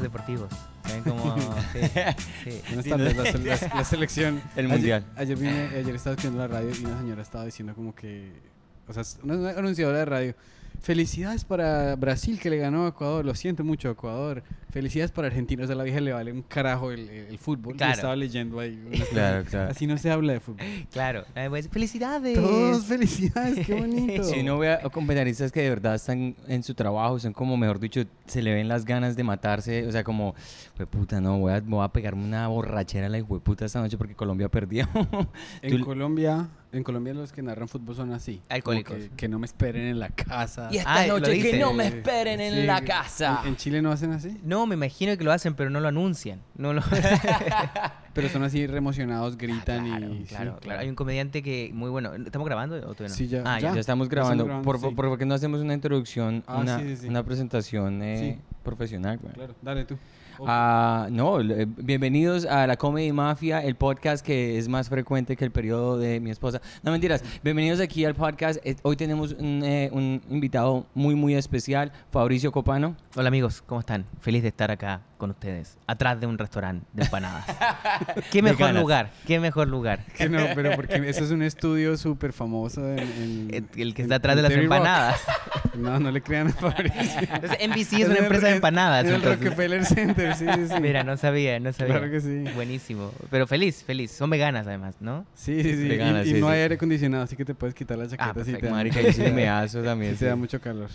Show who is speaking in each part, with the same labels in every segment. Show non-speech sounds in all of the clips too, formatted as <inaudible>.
Speaker 1: negativos. Se ven
Speaker 2: <laughs>
Speaker 1: como. sí, sí.
Speaker 2: Buenas
Speaker 3: Sí,
Speaker 2: tardes,
Speaker 3: no-
Speaker 2: la, se- la- la selección.
Speaker 3: <laughs> El
Speaker 2: Ayer-
Speaker 3: mundial.
Speaker 2: Ayer, vine, ayer estaba escuchando la radio y una señora estaba diciendo como que. O sea, una, una anunciadora de radio. Felicidades para Brasil que le ganó a Ecuador. Lo siento mucho, Ecuador. Felicidades para Argentina. O sea, a la vieja le vale un carajo el, el- el fútbol. Yo
Speaker 1: Claro.
Speaker 2: estaba leyendo ahí. una cosa
Speaker 3: <laughs> Claro,
Speaker 2: así.
Speaker 3: claro.
Speaker 2: Así no se habla de fútbol.
Speaker 1: Claro. Eh, pues, ¡Felicidades!
Speaker 2: Todos
Speaker 1: <laughs>
Speaker 2: felicidades, qué bonito.
Speaker 3: Si uno ve a comentaristas que de verdad están en su trabajo, son como, mejor dicho, se le ven las ganas de matarse. O sea, como, puta, no, voy a, voy a pegarme una borrachera a la puta esta noche porque Colombia perdió. <laughs>
Speaker 2: En
Speaker 3: Tú-
Speaker 2: Colombia, en Colombia los que narran fútbol son así. como
Speaker 1: Alcohólicos.
Speaker 2: Que, que no me esperen en la casa.
Speaker 1: Y
Speaker 2: Eh,
Speaker 1: esta Ay, lo noche que dice. no me
Speaker 3: esperen
Speaker 2: Sí, que- ¿En, en Chile no hacen así?
Speaker 1: No, me imagino que lo hacen, pero no lo anuncian. No lo. <laughs>
Speaker 2: Pero son así re emocionados, gritan
Speaker 1: Ah, claro,
Speaker 2: y... sí,
Speaker 1: claro, claro. Hay un comediante que muy bueno. ¿Estamos grabando o todavía no?
Speaker 2: Sí, ya,
Speaker 1: Ah,
Speaker 3: Ya
Speaker 2: ya.
Speaker 3: estamos
Speaker 2: Ya estamos
Speaker 3: grabando.
Speaker 2: grabando,
Speaker 3: por,
Speaker 2: sí.
Speaker 3: por- por qué no hacemos una introducción,
Speaker 2: Ah,
Speaker 3: una,
Speaker 2: sí, sí, sí.
Speaker 3: una presentación eh, profesional? güey?
Speaker 2: Claro, dale tú.
Speaker 3: Ah, no, l- eh, bienvenidos a la Comedy Mafia, el podcast que es más frecuente que el periodo de mi esposa. No mentiras, bienvenidos aquí al podcast. Eh, Hoy tenemos un, eh, un invitado muy, muy especial, Fabricio Copano.
Speaker 1: Hola amigos, ¿cómo están? Feliz de estar acá con ustedes, atrás de un restaurante de
Speaker 2: <laughs>
Speaker 1: empanadas. qué mejor
Speaker 3: ganas.
Speaker 1: lugar, qué mejor lugar.
Speaker 2: Que no, pero porque eso es un estudio súper famoso en, en-
Speaker 1: <laughs> El el que
Speaker 2: en-
Speaker 1: está atrás
Speaker 2: en
Speaker 1: de las
Speaker 2: Terry Rock.
Speaker 1: empanadas.
Speaker 2: <laughs> No, no le crean a Fabricio.
Speaker 1: Entonces, NBC
Speaker 2: En
Speaker 1: es una
Speaker 2: el-
Speaker 1: empresa de
Speaker 2: en-
Speaker 1: empanadas.
Speaker 2: En el
Speaker 1: entonces.
Speaker 2: Rockefeller Center, sí, sí, sí.
Speaker 1: Mira, no sabía, no sabía.
Speaker 2: Claro que sí.
Speaker 1: Buenísimo. Pero feliz, feliz. Son veganas además, ¿no?
Speaker 2: Sí, sí, sí.
Speaker 3: Vegana,
Speaker 2: y y
Speaker 3: sí,
Speaker 2: no
Speaker 3: sí.
Speaker 2: hay aire acondicionado, así que te puedes quitar la chaqueta si
Speaker 1: Ah, perfecto.
Speaker 2: te da-
Speaker 3: Marica, yo sí
Speaker 2: <laughs>
Speaker 3: me aso
Speaker 2: sí
Speaker 3: <laughs> también.
Speaker 2: te da
Speaker 3: sí.
Speaker 2: mucho calor.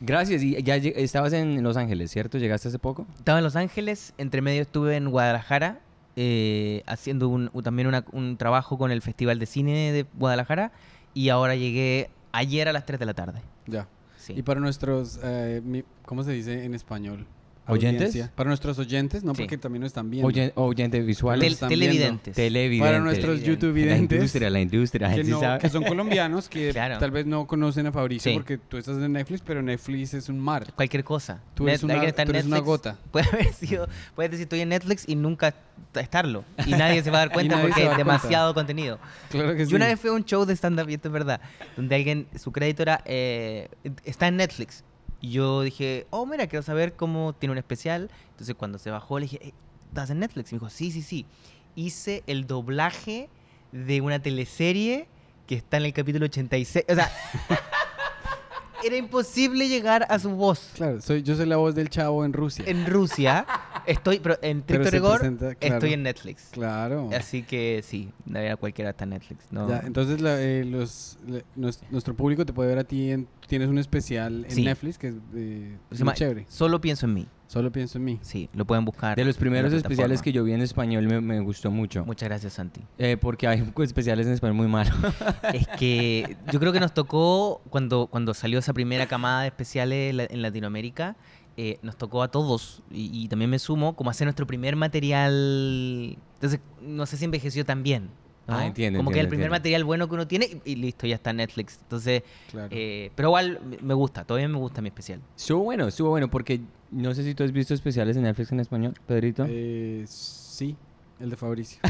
Speaker 3: Gracias, y ya lle- estabas en Los Ángeles, ¿cierto? ¿Llegaste hace poco?
Speaker 1: Estaba en Los Ángeles, entre medio estuve en Guadalajara, eh, haciendo un, u- también una- un trabajo con el Festival de Cine de Guadalajara y ahora llegué ayer a las 3 de la tarde.
Speaker 2: Ya.
Speaker 1: Sí.
Speaker 2: Y para nuestros, eh, mi- ¿cómo se dice en español?
Speaker 3: ¿Oyentes?
Speaker 2: Audiencia. Para nuestros oyentes, no,
Speaker 1: Sí.
Speaker 2: porque también nos están viendo.
Speaker 3: Oyen- oyentes
Speaker 1: Tel-
Speaker 3: visuales.
Speaker 2: están
Speaker 1: televidentes.
Speaker 3: Televidentes.
Speaker 2: Para nuestros
Speaker 1: televidentes.
Speaker 3: La
Speaker 2: youtubevidentes
Speaker 3: industria, la industria.
Speaker 2: que,
Speaker 3: ¿sí
Speaker 2: no-
Speaker 3: sabe?
Speaker 2: que son colombianos
Speaker 1: <laughs>
Speaker 2: que
Speaker 1: Claro.
Speaker 2: tal vez no conocen a Fabricio
Speaker 1: Sí.
Speaker 2: porque tú estás en Netflix, pero Netflix es un mar.
Speaker 1: Cualquier cosa.
Speaker 2: Tú eres
Speaker 1: Net-
Speaker 2: una-
Speaker 1: alguien está en
Speaker 2: tú eres una
Speaker 1: Netflix,
Speaker 2: gota.
Speaker 1: <laughs> Puede haber sido, puedes decir estoy en Netflix y nunca t- estarlo. Y nadie se va a
Speaker 2: <laughs>
Speaker 1: dar cuenta
Speaker 2: nadie
Speaker 1: porque
Speaker 2: se
Speaker 1: hay
Speaker 2: va a dar cuenta.
Speaker 1: demasiado contenido.
Speaker 2: Claro que
Speaker 1: Yo una vez fui a un show de stand-up, y esto es verdad, donde alguien, su crédito era, eh, está en Netflix. Y yo dije, oh, mira, quiero saber cómo tiene un especial. Entonces cuando se bajó le dije, "Eh, ¿estás en Netflix? Y me dijo, sí, sí, sí. Hice el doblaje de una teleserie que está en el capítulo 86. O sea, <laughs> era imposible llegar a su voz.
Speaker 2: Claro, soy, yo soy la voz del chavo en Rusia.
Speaker 1: En Rusia, estoy, pero en
Speaker 2: Pero
Speaker 1: Trito
Speaker 2: se
Speaker 1: Rigor,
Speaker 2: presenta, claro.
Speaker 1: estoy en Netflix.
Speaker 2: Claro.
Speaker 1: Así que sí, la verdad, cualquiera está en Netflix. No.
Speaker 2: Ya, entonces la- eh, los, le- nos- nuestro público te puede ver a ti, en, tú tienes un especial en
Speaker 1: Sí.
Speaker 2: Netflix que es eh,
Speaker 1: Se
Speaker 2: muy
Speaker 1: llama
Speaker 2: chévere.
Speaker 1: Solo pienso en mí.
Speaker 2: Solo pienso en mí.
Speaker 1: Sí, lo pueden buscar.
Speaker 3: De los
Speaker 1: en la
Speaker 3: primeros especiales que
Speaker 1: plataforma.
Speaker 3: yo vi en español me, me gustó mucho.
Speaker 1: Muchas gracias, Santi.
Speaker 3: Eh, porque hay <laughs> especiales en español muy malos.
Speaker 1: Es que yo creo que nos tocó, cuando, cuando salió esa primera camada de especiales la- en Latinoamérica, eh, nos tocó a todos, y, y también me sumo, como hacer nuestro primer material. Entonces, no sé si envejeció tan bien. ¿no?
Speaker 3: Ah, entiendo,
Speaker 1: Como que el
Speaker 3: entiendo,
Speaker 1: primer
Speaker 3: entiendo.
Speaker 1: material bueno que uno tiene, y, y listo, ya está en Netflix. Entonces,
Speaker 2: Claro.
Speaker 1: eh, pero igual me- me gusta, todavía me gusta mi
Speaker 3: <laughs>
Speaker 1: especial.
Speaker 3: Estuvo bueno, estuvo bueno, porque no sé si tú has visto especiales en Netflix en español, Pedrito.
Speaker 2: Eh, sí, el
Speaker 1: <laughs>
Speaker 2: de Fabricio.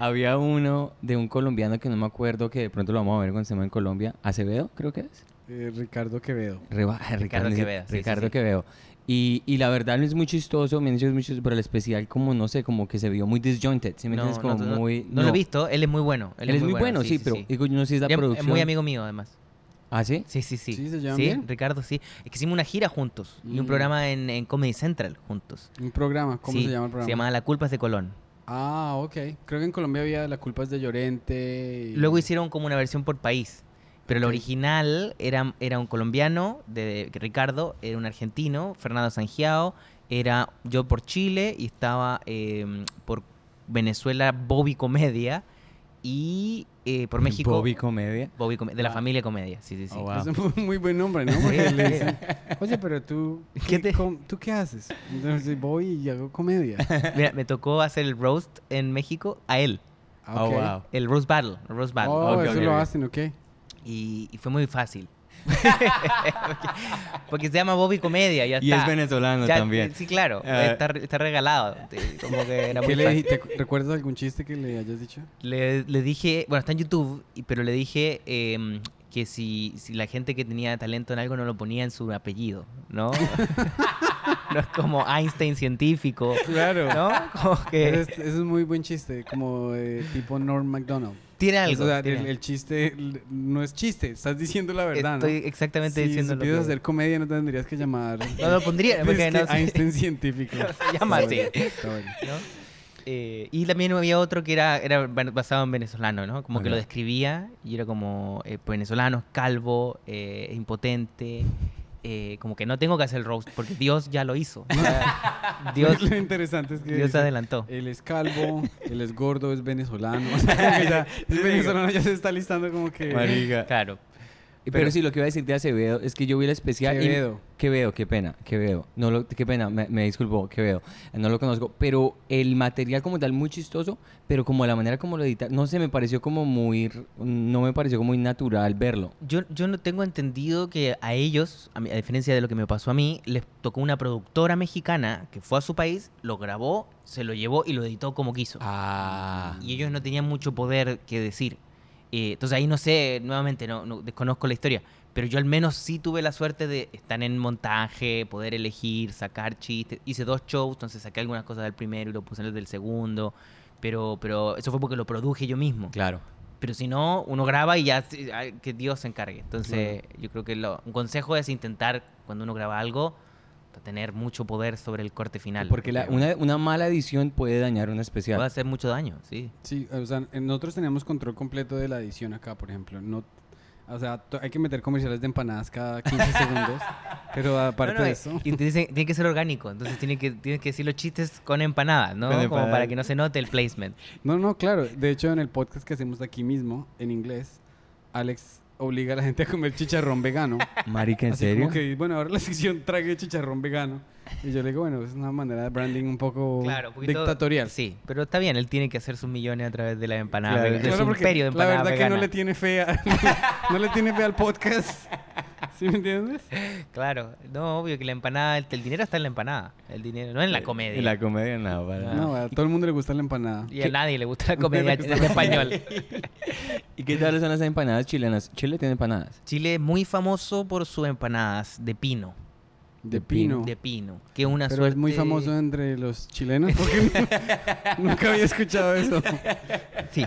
Speaker 3: Había uno de un colombiano que no me acuerdo, que de pronto lo vamos a ver cuando estemos en Colombia. Acevedo, creo que es.
Speaker 2: Eh, Ricardo Quevedo.
Speaker 3: Reba- <laughs> Ricardo
Speaker 1: Quevedo,
Speaker 3: Quevedo.
Speaker 1: sí, sí,
Speaker 3: Ricardo
Speaker 1: sí.
Speaker 3: Quevedo. Y, y la verdad no es muy chistoso, me han dicho que es muy chistoso, pero el especial como, no sé, como que se vio muy disjointed, ¿sí me
Speaker 1: no,
Speaker 3: entiendes? Como
Speaker 1: no- no-
Speaker 3: muy...
Speaker 1: no lo he visto, él es muy bueno.
Speaker 3: Él, es muy bueno, sí, pero digo, yo no sé si es la
Speaker 1: Y es-
Speaker 3: producción.
Speaker 1: Es eh, muy amigo mío, además.
Speaker 3: ¿Ah, sí?
Speaker 1: Sí, sí, sí.
Speaker 2: Sí, se llevan
Speaker 1: Sí,
Speaker 2: bien.
Speaker 1: Ricardo, sí. Es que hicimos una gira juntos y un
Speaker 2: Mm.
Speaker 1: programa en, en Comedy Central juntos.
Speaker 2: Un programa, ¿cómo
Speaker 1: Sí,
Speaker 2: se llama el programa?
Speaker 1: Se llamaba La Culpa es de Colón.
Speaker 2: Ah, ok. Creo que en Colombia había La culpa es de Llorente. y-
Speaker 1: Luego hicieron como una versión por país. Pero lo
Speaker 2: Ok.
Speaker 1: original era, era un colombiano, de, de- Ricardo, era un argentino, Fernando Sangiao, era yo por Chile y estaba eh, por Venezuela Bobby Comedia y eh,
Speaker 2: <laughs>
Speaker 1: por México
Speaker 3: Bobby Comedia.
Speaker 1: Bobby Come- de la
Speaker 2: Ah.
Speaker 1: familia Comedia, sí, sí, sí.
Speaker 3: Oh,
Speaker 2: <laughs>
Speaker 3: wow.
Speaker 2: Es un muy- muy buen
Speaker 1: <laughs>
Speaker 2: nombre, ¿no? Porque le dicen, Oye, pero tú,
Speaker 1: ¿Qué
Speaker 2: ¿qué
Speaker 1: te-
Speaker 2: com- ¿tú qué haces? Entonces voy y
Speaker 1: <laughs>
Speaker 2: hago comedia.
Speaker 1: Mira, me tocó hacer el roast en México a él.
Speaker 2: Ah, ok.
Speaker 3: Oh, wow.
Speaker 1: El Rose Battle, el Roast Battle.
Speaker 2: Oh,
Speaker 3: Ok,
Speaker 2: eso
Speaker 3: ok,
Speaker 2: lo
Speaker 3: ok.
Speaker 2: hacen, ok.
Speaker 1: Y, y fue muy fácil. <laughs> porque, porque se llama Bobby Comedia, ya
Speaker 3: Y
Speaker 1: está.
Speaker 3: es venezolano
Speaker 1: Ya,
Speaker 3: también.
Speaker 1: Sí, claro,
Speaker 3: Eh.
Speaker 1: está, re- está regalado. te- Como que era
Speaker 2: Ah. ¿Qué
Speaker 1: muy
Speaker 2: le
Speaker 1: fácil.
Speaker 2: dijiste? ¿Recuerdas algún chiste que le hayas dicho?
Speaker 1: Le, le dije, bueno, está en YouTube, y- pero le dije em, que que si, si la gente que tenía talento en algo no lo ponía en su apellido,
Speaker 2: <laughs>
Speaker 1: ¿no? no es como Einstein científico,
Speaker 2: <laughs> Claro.
Speaker 1: ¿no? Como
Speaker 2: Pero
Speaker 1: que
Speaker 2: es, es un muy buen chiste, como eh, tipo Norm MacDonald.
Speaker 1: tiene
Speaker 2: O
Speaker 1: algo.
Speaker 2: sea,
Speaker 1: tiene
Speaker 2: el,
Speaker 1: algo.
Speaker 2: el chiste l- no es chiste, estás diciendo la verdad. ¿no?
Speaker 1: Estoy exactamente
Speaker 2: si
Speaker 1: diciendo lo
Speaker 2: supieras
Speaker 1: que-
Speaker 2: hacer comedia, no tendrías que llamar.
Speaker 1: No lo pondría, porque
Speaker 2: Dices
Speaker 1: no
Speaker 2: que
Speaker 1: sé. <laughs>
Speaker 2: Einstein científico.
Speaker 1: Se llama
Speaker 2: Está
Speaker 1: así.
Speaker 2: bueno, está bueno.
Speaker 1: <laughs> ¿no? Eh, y también había otro que era, era ban- basado en venezolano, ¿no? Como que
Speaker 3: Ok.
Speaker 1: lo describía y era como eh, pues, venezolano, es calvo, eh, es impotente, eh, como que no tengo que hacer roast porque Dios ya lo hizo. O
Speaker 2: <laughs>
Speaker 1: sea, Dios,
Speaker 2: Lo interesante es que.
Speaker 1: Dios
Speaker 2: dice,
Speaker 1: adelantó.
Speaker 2: Él es calvo, él es gordo, es venezolano. <laughs> O sea, como
Speaker 1: <laughs>
Speaker 2: que ya, el venezolano ya se está listando como que.
Speaker 1: Claro.
Speaker 3: Pero,
Speaker 1: Pero-
Speaker 3: sí, lo que iba a decir de Acevedo es que yo vi el especial. y-
Speaker 2: Quevedo.
Speaker 3: Quevedo, qué pena, Quevedo. No lo, qué pena, me, me disculpo, Quevedo. No lo conozco. Pero el material como tal, muy chistoso, pero como la manera como lo editar, no sé, me pareció como muy. r- No me pareció como muy natural verlo.
Speaker 1: Yo, yo no tengo entendido que a ellos, a, mi- a diferencia de lo que me pasó a mí, les tocó una productora mexicana que fue a su país, lo grabó, se lo llevó y lo editó como quiso.
Speaker 3: Ah.
Speaker 1: y ellos no tenían mucho poder que decir. Eh, entonces ahí no sé, nuevamente, no, no- desconozco la historia, pero yo al menos sí tuve la suerte de estar en montaje, poder elegir, sacar chistes. Hice dos shows, entonces saqué algunas cosas del primero y lo puse en el del segundo, pero, pero eso fue porque lo produje yo mismo.
Speaker 3: Claro.
Speaker 1: Pero si no, uno graba y ya sí, ay, que Dios se encargue. Entonces yo creo que lo- un consejo es intentar, cuando uno graba algo, tener mucho poder sobre el corte final.
Speaker 3: Porque la- una, una mala edición puede dañar un
Speaker 1: puede
Speaker 3: especial.
Speaker 1: hacer mucho daño, sí.
Speaker 2: Sí, o sea, en- nosotros teníamos control completo de la edición acá, por ejemplo. No, o sea, to- hay que meter comerciales de empanadas cada 15
Speaker 1: <laughs>
Speaker 2: segundos. Pero aparte
Speaker 1: No, no,
Speaker 2: de
Speaker 1: eh,
Speaker 2: eso.
Speaker 1: y te dicen- tiene que ser orgánico, entonces tiene que, tienes que decir los chistes con empanadas, ¿no?
Speaker 3: Con
Speaker 1: Como
Speaker 3: empanadas.
Speaker 1: para que no se note el placement.
Speaker 2: No, no, claro. De hecho, en el podcast que hacemos aquí mismo, en inglés, Alex obliga a la gente a comer chicharrón vegano.
Speaker 3: Marica, ¿en
Speaker 2: Así
Speaker 3: serio?
Speaker 2: como que, bueno, ahora la sección trague chicharrón vegano. Y yo le digo, bueno, es una manera de branding un poco
Speaker 1: Claro, un poquito-
Speaker 2: dictatorial.
Speaker 1: Sí, pero está bien, él tiene que hacer sus millones a través de las empanadas,
Speaker 3: Claro,
Speaker 1: veganas, de
Speaker 2: Claro,
Speaker 1: su
Speaker 2: porque
Speaker 1: imperio de
Speaker 2: la
Speaker 1: empanadas
Speaker 2: verdad que no
Speaker 1: veganas.
Speaker 2: le tiene fe a- <laughs> no le tiene fe
Speaker 1: <laughs>
Speaker 2: al podcast. ¿Sí me entiendes?
Speaker 1: Claro, no, obvio que la empanada, el, el dinero está en la empanada, el dinero, no en
Speaker 2: Eh,
Speaker 1: la comedia.
Speaker 3: En la comedia, no, para-
Speaker 2: No, a todo el mundo le gusta la empanada.
Speaker 1: Ah. Y a nadie le
Speaker 2: <laughs>
Speaker 1: gusta la comedia en español.
Speaker 3: ¿Y qué tal son las empanadas chilenas? Chile tiene empanadas.
Speaker 1: Chile es muy famoso por sus empanadas de pino,
Speaker 2: De
Speaker 3: pino.
Speaker 2: pino.
Speaker 1: de pino, que es una
Speaker 2: Pero
Speaker 1: suerte...
Speaker 2: es muy famoso ¿eh? entre los chilenos
Speaker 1: <laughs>
Speaker 2: porque nu- nunca había escuchado eso.
Speaker 1: Sí,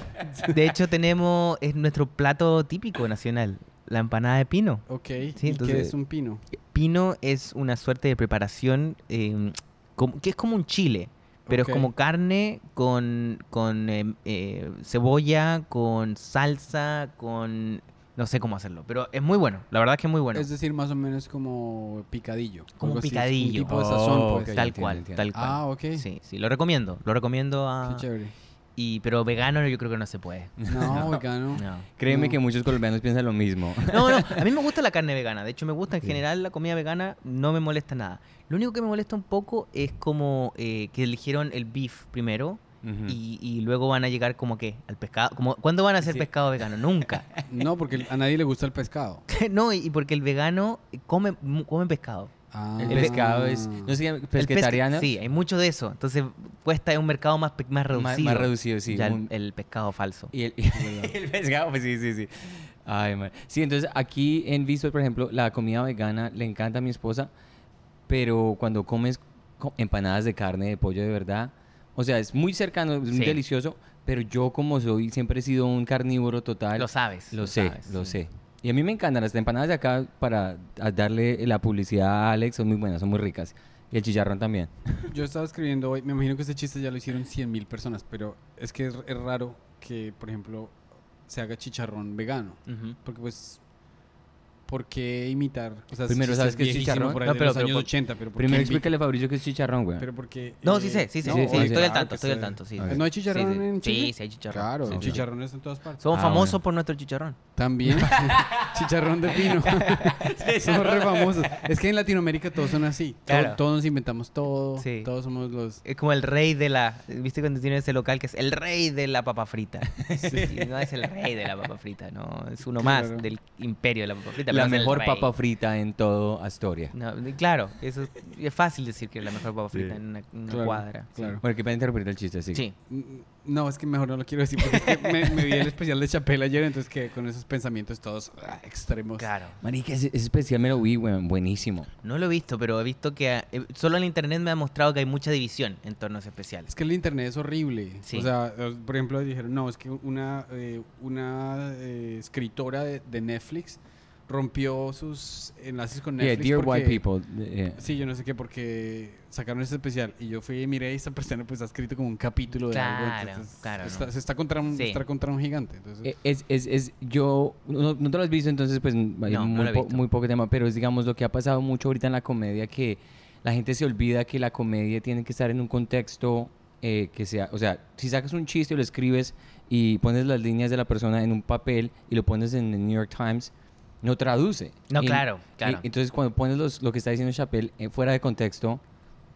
Speaker 1: de hecho tenemos, es nuestro plato típico nacional, la empanada de pino.
Speaker 2: Ok,
Speaker 1: Sí,
Speaker 2: ¿y
Speaker 1: entonces-
Speaker 2: ¿qué es un pino?
Speaker 1: Pino es una suerte de preparación eh, como- que es como un chile, pero
Speaker 2: Ok.
Speaker 1: es como carne con, con em, eh, cebolla, con salsa, con... No sé cómo hacerlo, pero es muy bueno. La verdad es que es muy bueno.
Speaker 2: Es decir, más o menos como picadillo.
Speaker 1: Como
Speaker 2: algo así, es
Speaker 1: picadillo.
Speaker 2: Un tipo de
Speaker 3: Oh,
Speaker 2: sazón,
Speaker 3: ok.
Speaker 2: pues.
Speaker 3: ya
Speaker 1: tal
Speaker 3: entiendo,
Speaker 1: cual,
Speaker 3: entiendo.
Speaker 1: tal cual.
Speaker 2: Ah, ok.
Speaker 1: Sí, sí, lo recomiendo. Lo recomiendo a...
Speaker 2: Qué chévere.
Speaker 1: <laughs> Y, pero vegano yo creo que no se puede.
Speaker 2: No, vegano.
Speaker 1: No.
Speaker 3: Créeme
Speaker 2: No.
Speaker 3: que muchos colombianos piensan lo mismo.
Speaker 1: No,
Speaker 3: <laughs>
Speaker 1: no, a mí me gusta la carne vegana. De hecho, me gusta en
Speaker 3: Sí.
Speaker 1: general la comida vegana, no me molesta nada. Lo único que me molesta un poco es como eh, que eligieron el beef primero
Speaker 3: Ujú.
Speaker 1: y, y luego van a llegar como que al pescado. Como, ¿Cuándo van a hacer
Speaker 3: Sí.
Speaker 1: pescado vegano?
Speaker 3: <laughs>
Speaker 1: Nunca. <laughs>
Speaker 2: No, porque a nadie le gusta el pescado.
Speaker 1: no, y, y porque el vegano come, mu- come pescado.
Speaker 2: Ah.
Speaker 3: El pescado es. No sé,
Speaker 1: El pesca-
Speaker 3: pesquetariano.
Speaker 1: Sí, hay mucho de eso. Entonces cuesta es un mercado más, pe- más reducido.
Speaker 3: Más, más reducido, sí.
Speaker 1: Ya el,
Speaker 3: un-
Speaker 1: el pescado falso.
Speaker 3: y el, <laughs> y el pescado, pues sí, sí, sí. Ay, man. Sí, entonces aquí en Visto, por ejemplo, la comida vegana le encanta a mi esposa, pero cuando comes co- empanadas de carne de pollo de verdad, o sea, es muy cercano, es muy
Speaker 1: Sí.
Speaker 3: delicioso, pero yo como soy, siempre he sido un carnívoro total.
Speaker 1: Lo sabes.
Speaker 3: Lo sé,
Speaker 1: sabes.
Speaker 3: lo sé. Y a mí me encantan las empanadas de acá para a- darle la publicidad a Alex, son muy buenas, son muy ricas. Y el chicharrón también.
Speaker 2: Yo estaba escribiendo hoy, me imagino que este chiste ya lo hicieron 100 mil personas, pero es que es, es raro que, por ejemplo, se haga chicharrón vegano.
Speaker 1: Ujú.
Speaker 2: Porque pues, ¿por qué imitar? O sea, ese
Speaker 3: Primero,
Speaker 2: chiste
Speaker 3: ¿sabes qué es
Speaker 2: viejísimo
Speaker 3: chicharrón?
Speaker 2: Por ahí
Speaker 1: No,
Speaker 2: de
Speaker 1: pero-
Speaker 2: los
Speaker 1: pero
Speaker 2: años
Speaker 1: por-
Speaker 2: 80, pero ¿por qué
Speaker 3: Primero
Speaker 2: invi-
Speaker 3: explícale a Fabricio que es chicharrón, güey.
Speaker 2: Pero porque...
Speaker 1: No,
Speaker 2: eh,
Speaker 1: sí sé, sí sé.
Speaker 2: no,
Speaker 1: sí, sí,
Speaker 2: oye,
Speaker 1: estoy al
Speaker 2: claro
Speaker 1: tanto,
Speaker 2: que
Speaker 1: estoy al
Speaker 2: sé.
Speaker 1: tanto. Sí,
Speaker 3: Ok.
Speaker 1: sí,
Speaker 2: ¿No hay
Speaker 1: sí, sí.
Speaker 2: chicharrón en Chile?
Speaker 1: Sí, sí hay chicharrón.
Speaker 2: Claro,
Speaker 1: sí, sí.
Speaker 2: chicharrones en todas partes.
Speaker 1: Somos
Speaker 3: Ah,
Speaker 1: famosos
Speaker 3: bueno.
Speaker 1: por nuestro chicharrón.
Speaker 2: También. <laughs> chicharrón de
Speaker 1: <laughs>
Speaker 2: pino. somos re famosos. Es que en Latinoamérica todos son así. Todo-
Speaker 1: Claro.
Speaker 2: todos nos inventamos todo.
Speaker 1: Sí.
Speaker 2: Todos somos los...
Speaker 1: Es como el rey de la. ¿Viste cuando tiene ese local que es el rey de la papa frita?
Speaker 3: <laughs>
Speaker 1: Y no es el rey de la papa frita, no. Es uno
Speaker 2: Claro.
Speaker 1: más del imperio de la papa frita.
Speaker 3: La
Speaker 1: pero no es el
Speaker 3: mejor
Speaker 1: rey.
Speaker 3: papa frita en todo Astoria.
Speaker 1: No, de- claro, eso es, es fácil decir que es la mejor papa
Speaker 3: Sí.
Speaker 1: frita en una, en una
Speaker 2: Claro,
Speaker 1: cuadra. sí.
Speaker 2: claro.
Speaker 3: Bueno, que para interrumpir el chiste, sí.
Speaker 1: Sí.
Speaker 2: Mm, No, es que mejor no lo quiero decir porque es que me, me vi el especial de Chapel ayer, entonces que con esos pensamientos todos ah, extremos.
Speaker 1: Claro.
Speaker 3: Marica, ese, ese especial me lo vi, weón, buenísimo.
Speaker 1: No lo he visto, pero he visto que ah, eh, solo en internet me ha mostrado que hay mucha división en torno a ese especial.
Speaker 2: Es que el internet es horrible.
Speaker 1: Sí.
Speaker 2: O sea, eh, por ejemplo, dijeron, no, es que una, eh, una eh, escritora de, de Netflix rompió sus enlaces con
Speaker 3: Yeah,
Speaker 2: Netflix.
Speaker 3: Dear White
Speaker 2: porque-
Speaker 3: People. eh, yeah.
Speaker 2: Sí, yo no sé qué, porque sacaron ese especial y yo fui y miré y esta persona pues ha escrito como un capítulo de algo.
Speaker 1: Claro,
Speaker 2: entonces,
Speaker 1: claro,
Speaker 2: está-
Speaker 1: no.
Speaker 2: Se está contra un,
Speaker 1: Sí.
Speaker 2: está contra un gigante. Entonces,
Speaker 3: Eh, Es, es, es, yo, no, no te lo has visto, entonces pues hay
Speaker 1: No, no
Speaker 3: muy,
Speaker 1: lo he
Speaker 3: po-
Speaker 1: visto.
Speaker 3: muy poco tema, pero es digamos lo que ha pasado mucho ahorita en la comedia, que la gente se olvida que la comedia tiene que estar en un contexto eh, que sea, o sea, si sacas un chiste y lo escribes y pones las líneas de la persona en un papel y lo pones en el New York Times, no traduce.
Speaker 1: No,
Speaker 3: Y-
Speaker 1: claro, claro.
Speaker 3: y- entonces cuando pones los- lo que está diciendo Chappelle eh, fuera de contexto,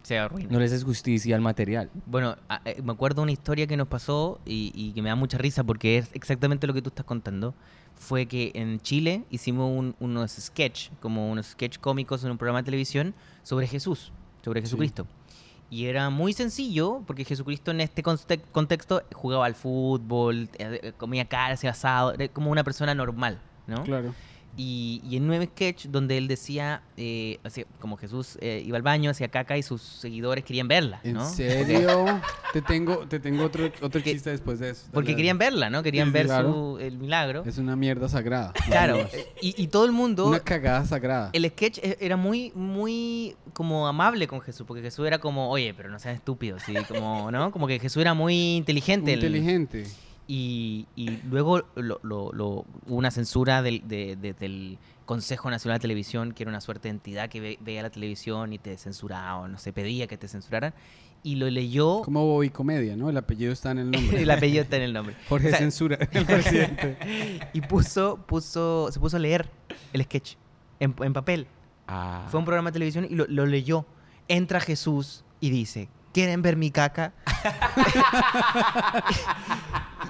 Speaker 1: Se arruina.
Speaker 3: no le haces justicia al material.
Speaker 1: Bueno, a- eh, me acuerdo una historia que nos pasó y, y que me da mucha risa porque es exactamente lo que tú estás contando. Fue que en Chile hicimos un- unos sketch, como unos sketch cómicos en un programa de televisión sobre Jesús, sobre Jesucristo. Y era muy sencillo porque Jesucristo en este conste- contexto jugaba al fútbol, eh, eh, comía carne, hacía asado, era como una persona normal, ¿no?
Speaker 2: claro.
Speaker 1: Y, y en nueve sketch donde él decía, eh, hacía- como Jesús eh, iba al baño, hacía caca y sus seguidores querían verla,
Speaker 2: ¿En
Speaker 1: ¿no?
Speaker 2: serio? te tengo, te tengo otro, otro
Speaker 1: Que-
Speaker 2: chiste después de eso. Dale,
Speaker 1: Porque
Speaker 2: dale.
Speaker 1: querían verla, ¿no? Querían
Speaker 2: Sí,
Speaker 1: ver
Speaker 2: claro.
Speaker 1: su- el milagro.
Speaker 2: Es una mierda sagrada. más o
Speaker 1: <laughs> Claro.
Speaker 2: menos.
Speaker 1: eh, Y, y todo el mundo...
Speaker 2: Una cagada sagrada.
Speaker 1: El sketch e- era muy, muy como amable con Jesús, porque Jesús era como, oye, pero no seas estúpido, ¿sí? Como, ¿no? Como que Jesús era muy inteligente. el-
Speaker 2: Inteligente.
Speaker 1: y, y luego lo, lo- lo- hubo una censura del, de- de- del Consejo Nacional de Televisión, que era una suerte de entidad que ve- veía la televisión y te censuraba, o no sé, pedía que te censuraran. Y lo leyó...
Speaker 2: Como Bobby Comedia, ¿no? El apellido está en el nombre.
Speaker 1: <laughs> el apellido está en el nombre.
Speaker 2: Jorge
Speaker 1: O sea,
Speaker 2: Censura, <laughs> el presidente.
Speaker 1: y puso, puso, se puso a leer el sketch en, en papel.
Speaker 3: Ah.
Speaker 1: Fue un programa de televisión y lo, lo leyó. Entra Jesús y dice, ¿quieren ver mi caca? <laughs>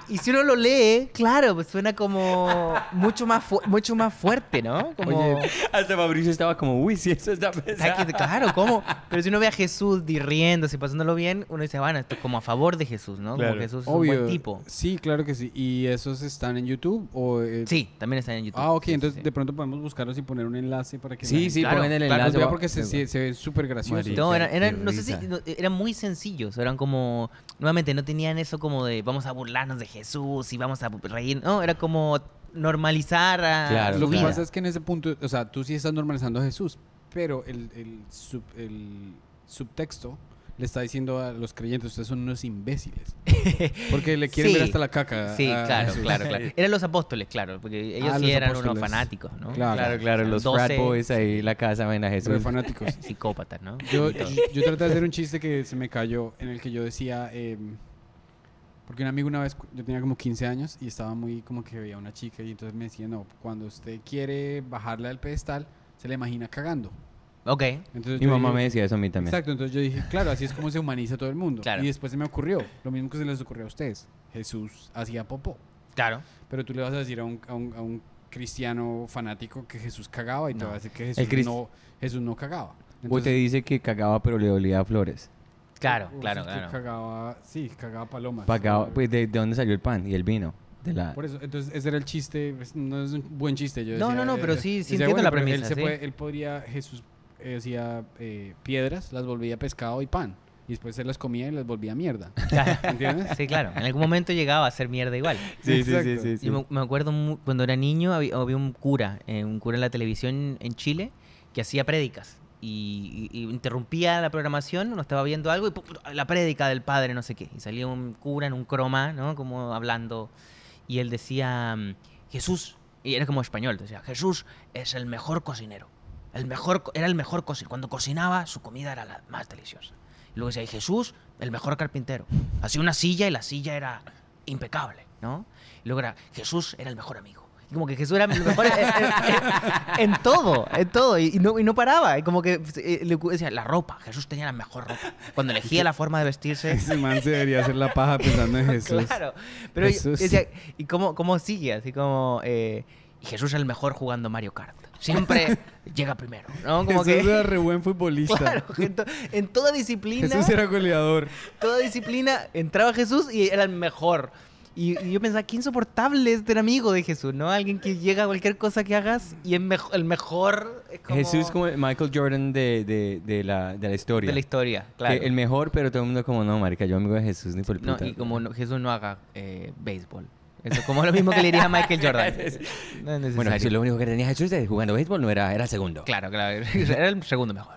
Speaker 1: y si uno lo lee, claro, pues suena como mucho más, fu- mucho más fuerte, ¿no? Como...
Speaker 2: Oye,
Speaker 3: <laughs> Hasta Fabricio estaba como, uy, si eso está
Speaker 1: Hay que- claro, ¿cómo? Pero si uno ve a Jesús di- riéndose, pasándolo bien, uno dice, bueno, esto es como a favor de Jesús, ¿no?
Speaker 3: Claro.
Speaker 1: Como Jesús <laughs> es
Speaker 2: Obvio.
Speaker 1: un buen tipo.
Speaker 2: Sí, claro que sí. ¿Y esos están en YouTube? O, eh,
Speaker 1: Sí, también está en YouTube.
Speaker 2: Ah, ok,
Speaker 1: Sí, sí,
Speaker 2: entonces
Speaker 1: sí.
Speaker 2: de pronto podemos buscarlos y poner un enlace para que. la
Speaker 3: Sí,
Speaker 2: gente
Speaker 3: sí,
Speaker 1: Claro.
Speaker 3: pongan el
Speaker 2: la- los
Speaker 3: enlace.
Speaker 2: vea
Speaker 3: va-
Speaker 2: porque se, se, se ven súper graciosos.
Speaker 3: Marica.
Speaker 1: No, eran,
Speaker 3: qué
Speaker 1: eran- no sé si,
Speaker 3: risa.
Speaker 1: no, eran muy sencillos, eran como, nuevamente, no tenían eso como de vamos a burlarnos de Jesús y vamos a reír, no, era como normalizar a
Speaker 3: Claro,
Speaker 1: su
Speaker 2: Lo que
Speaker 1: vida.
Speaker 2: pasa es que en ese punto, o sea, tú sí estás normalizando a Jesús, pero el, el sub- el subtexto le está diciendo a los creyentes, ustedes son
Speaker 1: <laughs>
Speaker 2: unos imbéciles. Porque le quieren
Speaker 1: Sí.
Speaker 2: ver hasta la caca. a-
Speaker 1: Sí,
Speaker 2: a
Speaker 1: claro,
Speaker 2: Jesús.
Speaker 1: claro, claro. Eran los apóstoles, claro, porque ellos
Speaker 2: Ah,
Speaker 1: sí
Speaker 2: los
Speaker 1: eran
Speaker 2: apóstoles.
Speaker 1: unos fanáticos, ¿no?
Speaker 2: Claro.
Speaker 3: Claro, claro, los frat
Speaker 1: 12
Speaker 3: boys ahí, la casa, ven a
Speaker 2: Pero
Speaker 3: Jesús.
Speaker 2: fanáticos.
Speaker 1: Psicópatas, ¿no?
Speaker 2: Yo,
Speaker 1: Y todo.
Speaker 2: yo- yo traté de hacer un chiste que se me cayó, en el que yo decía, eh, porque un amigo una vez, cu- yo tenía como 15 años y estaba muy como que veía a una chica y entonces me decía, no, cuando usted quiere bajarla del pedestal, se la imagina cagando.
Speaker 1: Ok,
Speaker 2: Entonces
Speaker 3: Mi
Speaker 2: yo
Speaker 3: mamá
Speaker 2: dije,
Speaker 3: me decía eso a mí también.
Speaker 2: Exacto, entonces yo dije, claro, así es como se humaniza todo el mundo.
Speaker 1: Claro.
Speaker 2: Y después se me ocurrió, lo mismo que se les ocurrió a ustedes, Jesús hacía popó.
Speaker 1: claro.
Speaker 2: Pero tú le vas a decir a un, a un- a un cristiano fanático que Jesús cagaba y te
Speaker 1: No.
Speaker 2: va a decir que
Speaker 3: El
Speaker 2: Jesús
Speaker 3: crist-
Speaker 2: no, Jesús no cagaba.
Speaker 3: O te
Speaker 2: Entonces-
Speaker 3: dice que cagaba, pero le olía a flores.
Speaker 1: Claro,
Speaker 2: o
Speaker 1: claro,
Speaker 2: Jesús
Speaker 1: claro.
Speaker 2: Cagaba, sí, cagaba palomas.
Speaker 3: Pagaba,
Speaker 2: Claro.
Speaker 3: pues, ¿de, de dónde salió el pan y el vino? De la...
Speaker 2: Por eso, entonces ese era el chiste, pues, no es un buen chiste. Yo
Speaker 1: No,
Speaker 2: decía,
Speaker 1: no, no,
Speaker 2: eh,
Speaker 1: pero
Speaker 2: eh,
Speaker 1: sí- sí
Speaker 2: decía,
Speaker 1: entiendo la
Speaker 2: pero él
Speaker 1: premisa,
Speaker 2: se
Speaker 1: sí.
Speaker 2: puede- él podría, Jesús eh, hacía eh, piedras, las volvía pescado y pan. Y después se las comía y las volvía mierda. ¿Entiendes?
Speaker 1: Sí, claro. En algún momento llegaba a ser mierda igual.
Speaker 2: Exacto.
Speaker 1: Yo me, me acuerdo mu- cuando era niño había, había un cura, eh, un cura en la televisión en Chile que hacía prédicas y, y- y interrumpía la programación, uno estaba viendo algo y ¡pum! la prédica del padre no sé qué. Y salía un cura en un croma, ¿no? Como hablando y él decía mm, Jesús y era como español, decía Jesús es el mejor cocinero. El mejor, co- era el mejor cocinero. Cuando cocinaba, su comida era la más deliciosa. Y luego decía, "Y Jesús, el mejor carpintero. Hacía una silla y la silla era impecable, ¿no? Y luego era, Jesús era el mejor amigo. Y como que Jesús era el mejor en, en- en- en todo, en todo. Y, y no, y no paraba. Y como que eh, le cu- decía, la ropa. Jesús tenía la mejor ropa. Cuando elegía la forma de vestirse,
Speaker 2: Ese man se debería hacer la paja pensando en Jesús.
Speaker 1: Claro. Pero yo-
Speaker 2: Jesús.
Speaker 1: decía, ¿y cómo, cómo sigue? Así como. eh, y Jesús es el mejor jugando Mario Kart.
Speaker 2: <laughs>
Speaker 1: Siempre llega primero, ¿no? Como
Speaker 2: Jesús
Speaker 1: que.
Speaker 2: era re buen futbolista.
Speaker 1: <laughs> Claro, en, to- en toda disciplina,
Speaker 2: Jesús era goleador.
Speaker 1: toda disciplina entraba Jesús y era el mejor. Y, y yo pensaba, qué insoportable es ser amigo de Jesús, ¿no? Alguien que llega a cualquier cosa que hagas y es mejo- el mejor. es como-
Speaker 3: Jesús como el Michael Jordan de, de- de la, de la historia.
Speaker 1: de la historia,
Speaker 3: Que
Speaker 1: claro.
Speaker 3: el mejor, pero todo el mundo como, no, marica, yo amigo de Jesús ni por el
Speaker 1: No,
Speaker 3: puta".
Speaker 1: y como no- Jesús no haga eh, béisbol. Eso es como lo mismo que le diría a
Speaker 3: <laughs>
Speaker 1: Michael Jordan. No es necesario.
Speaker 3: Bueno, Jesús, lo único que tenía Jesús de jugando béisbol no era, era el segundo.
Speaker 1: Claro, claro. <laughs> Era el segundo
Speaker 3: <laughs>
Speaker 1: mejor.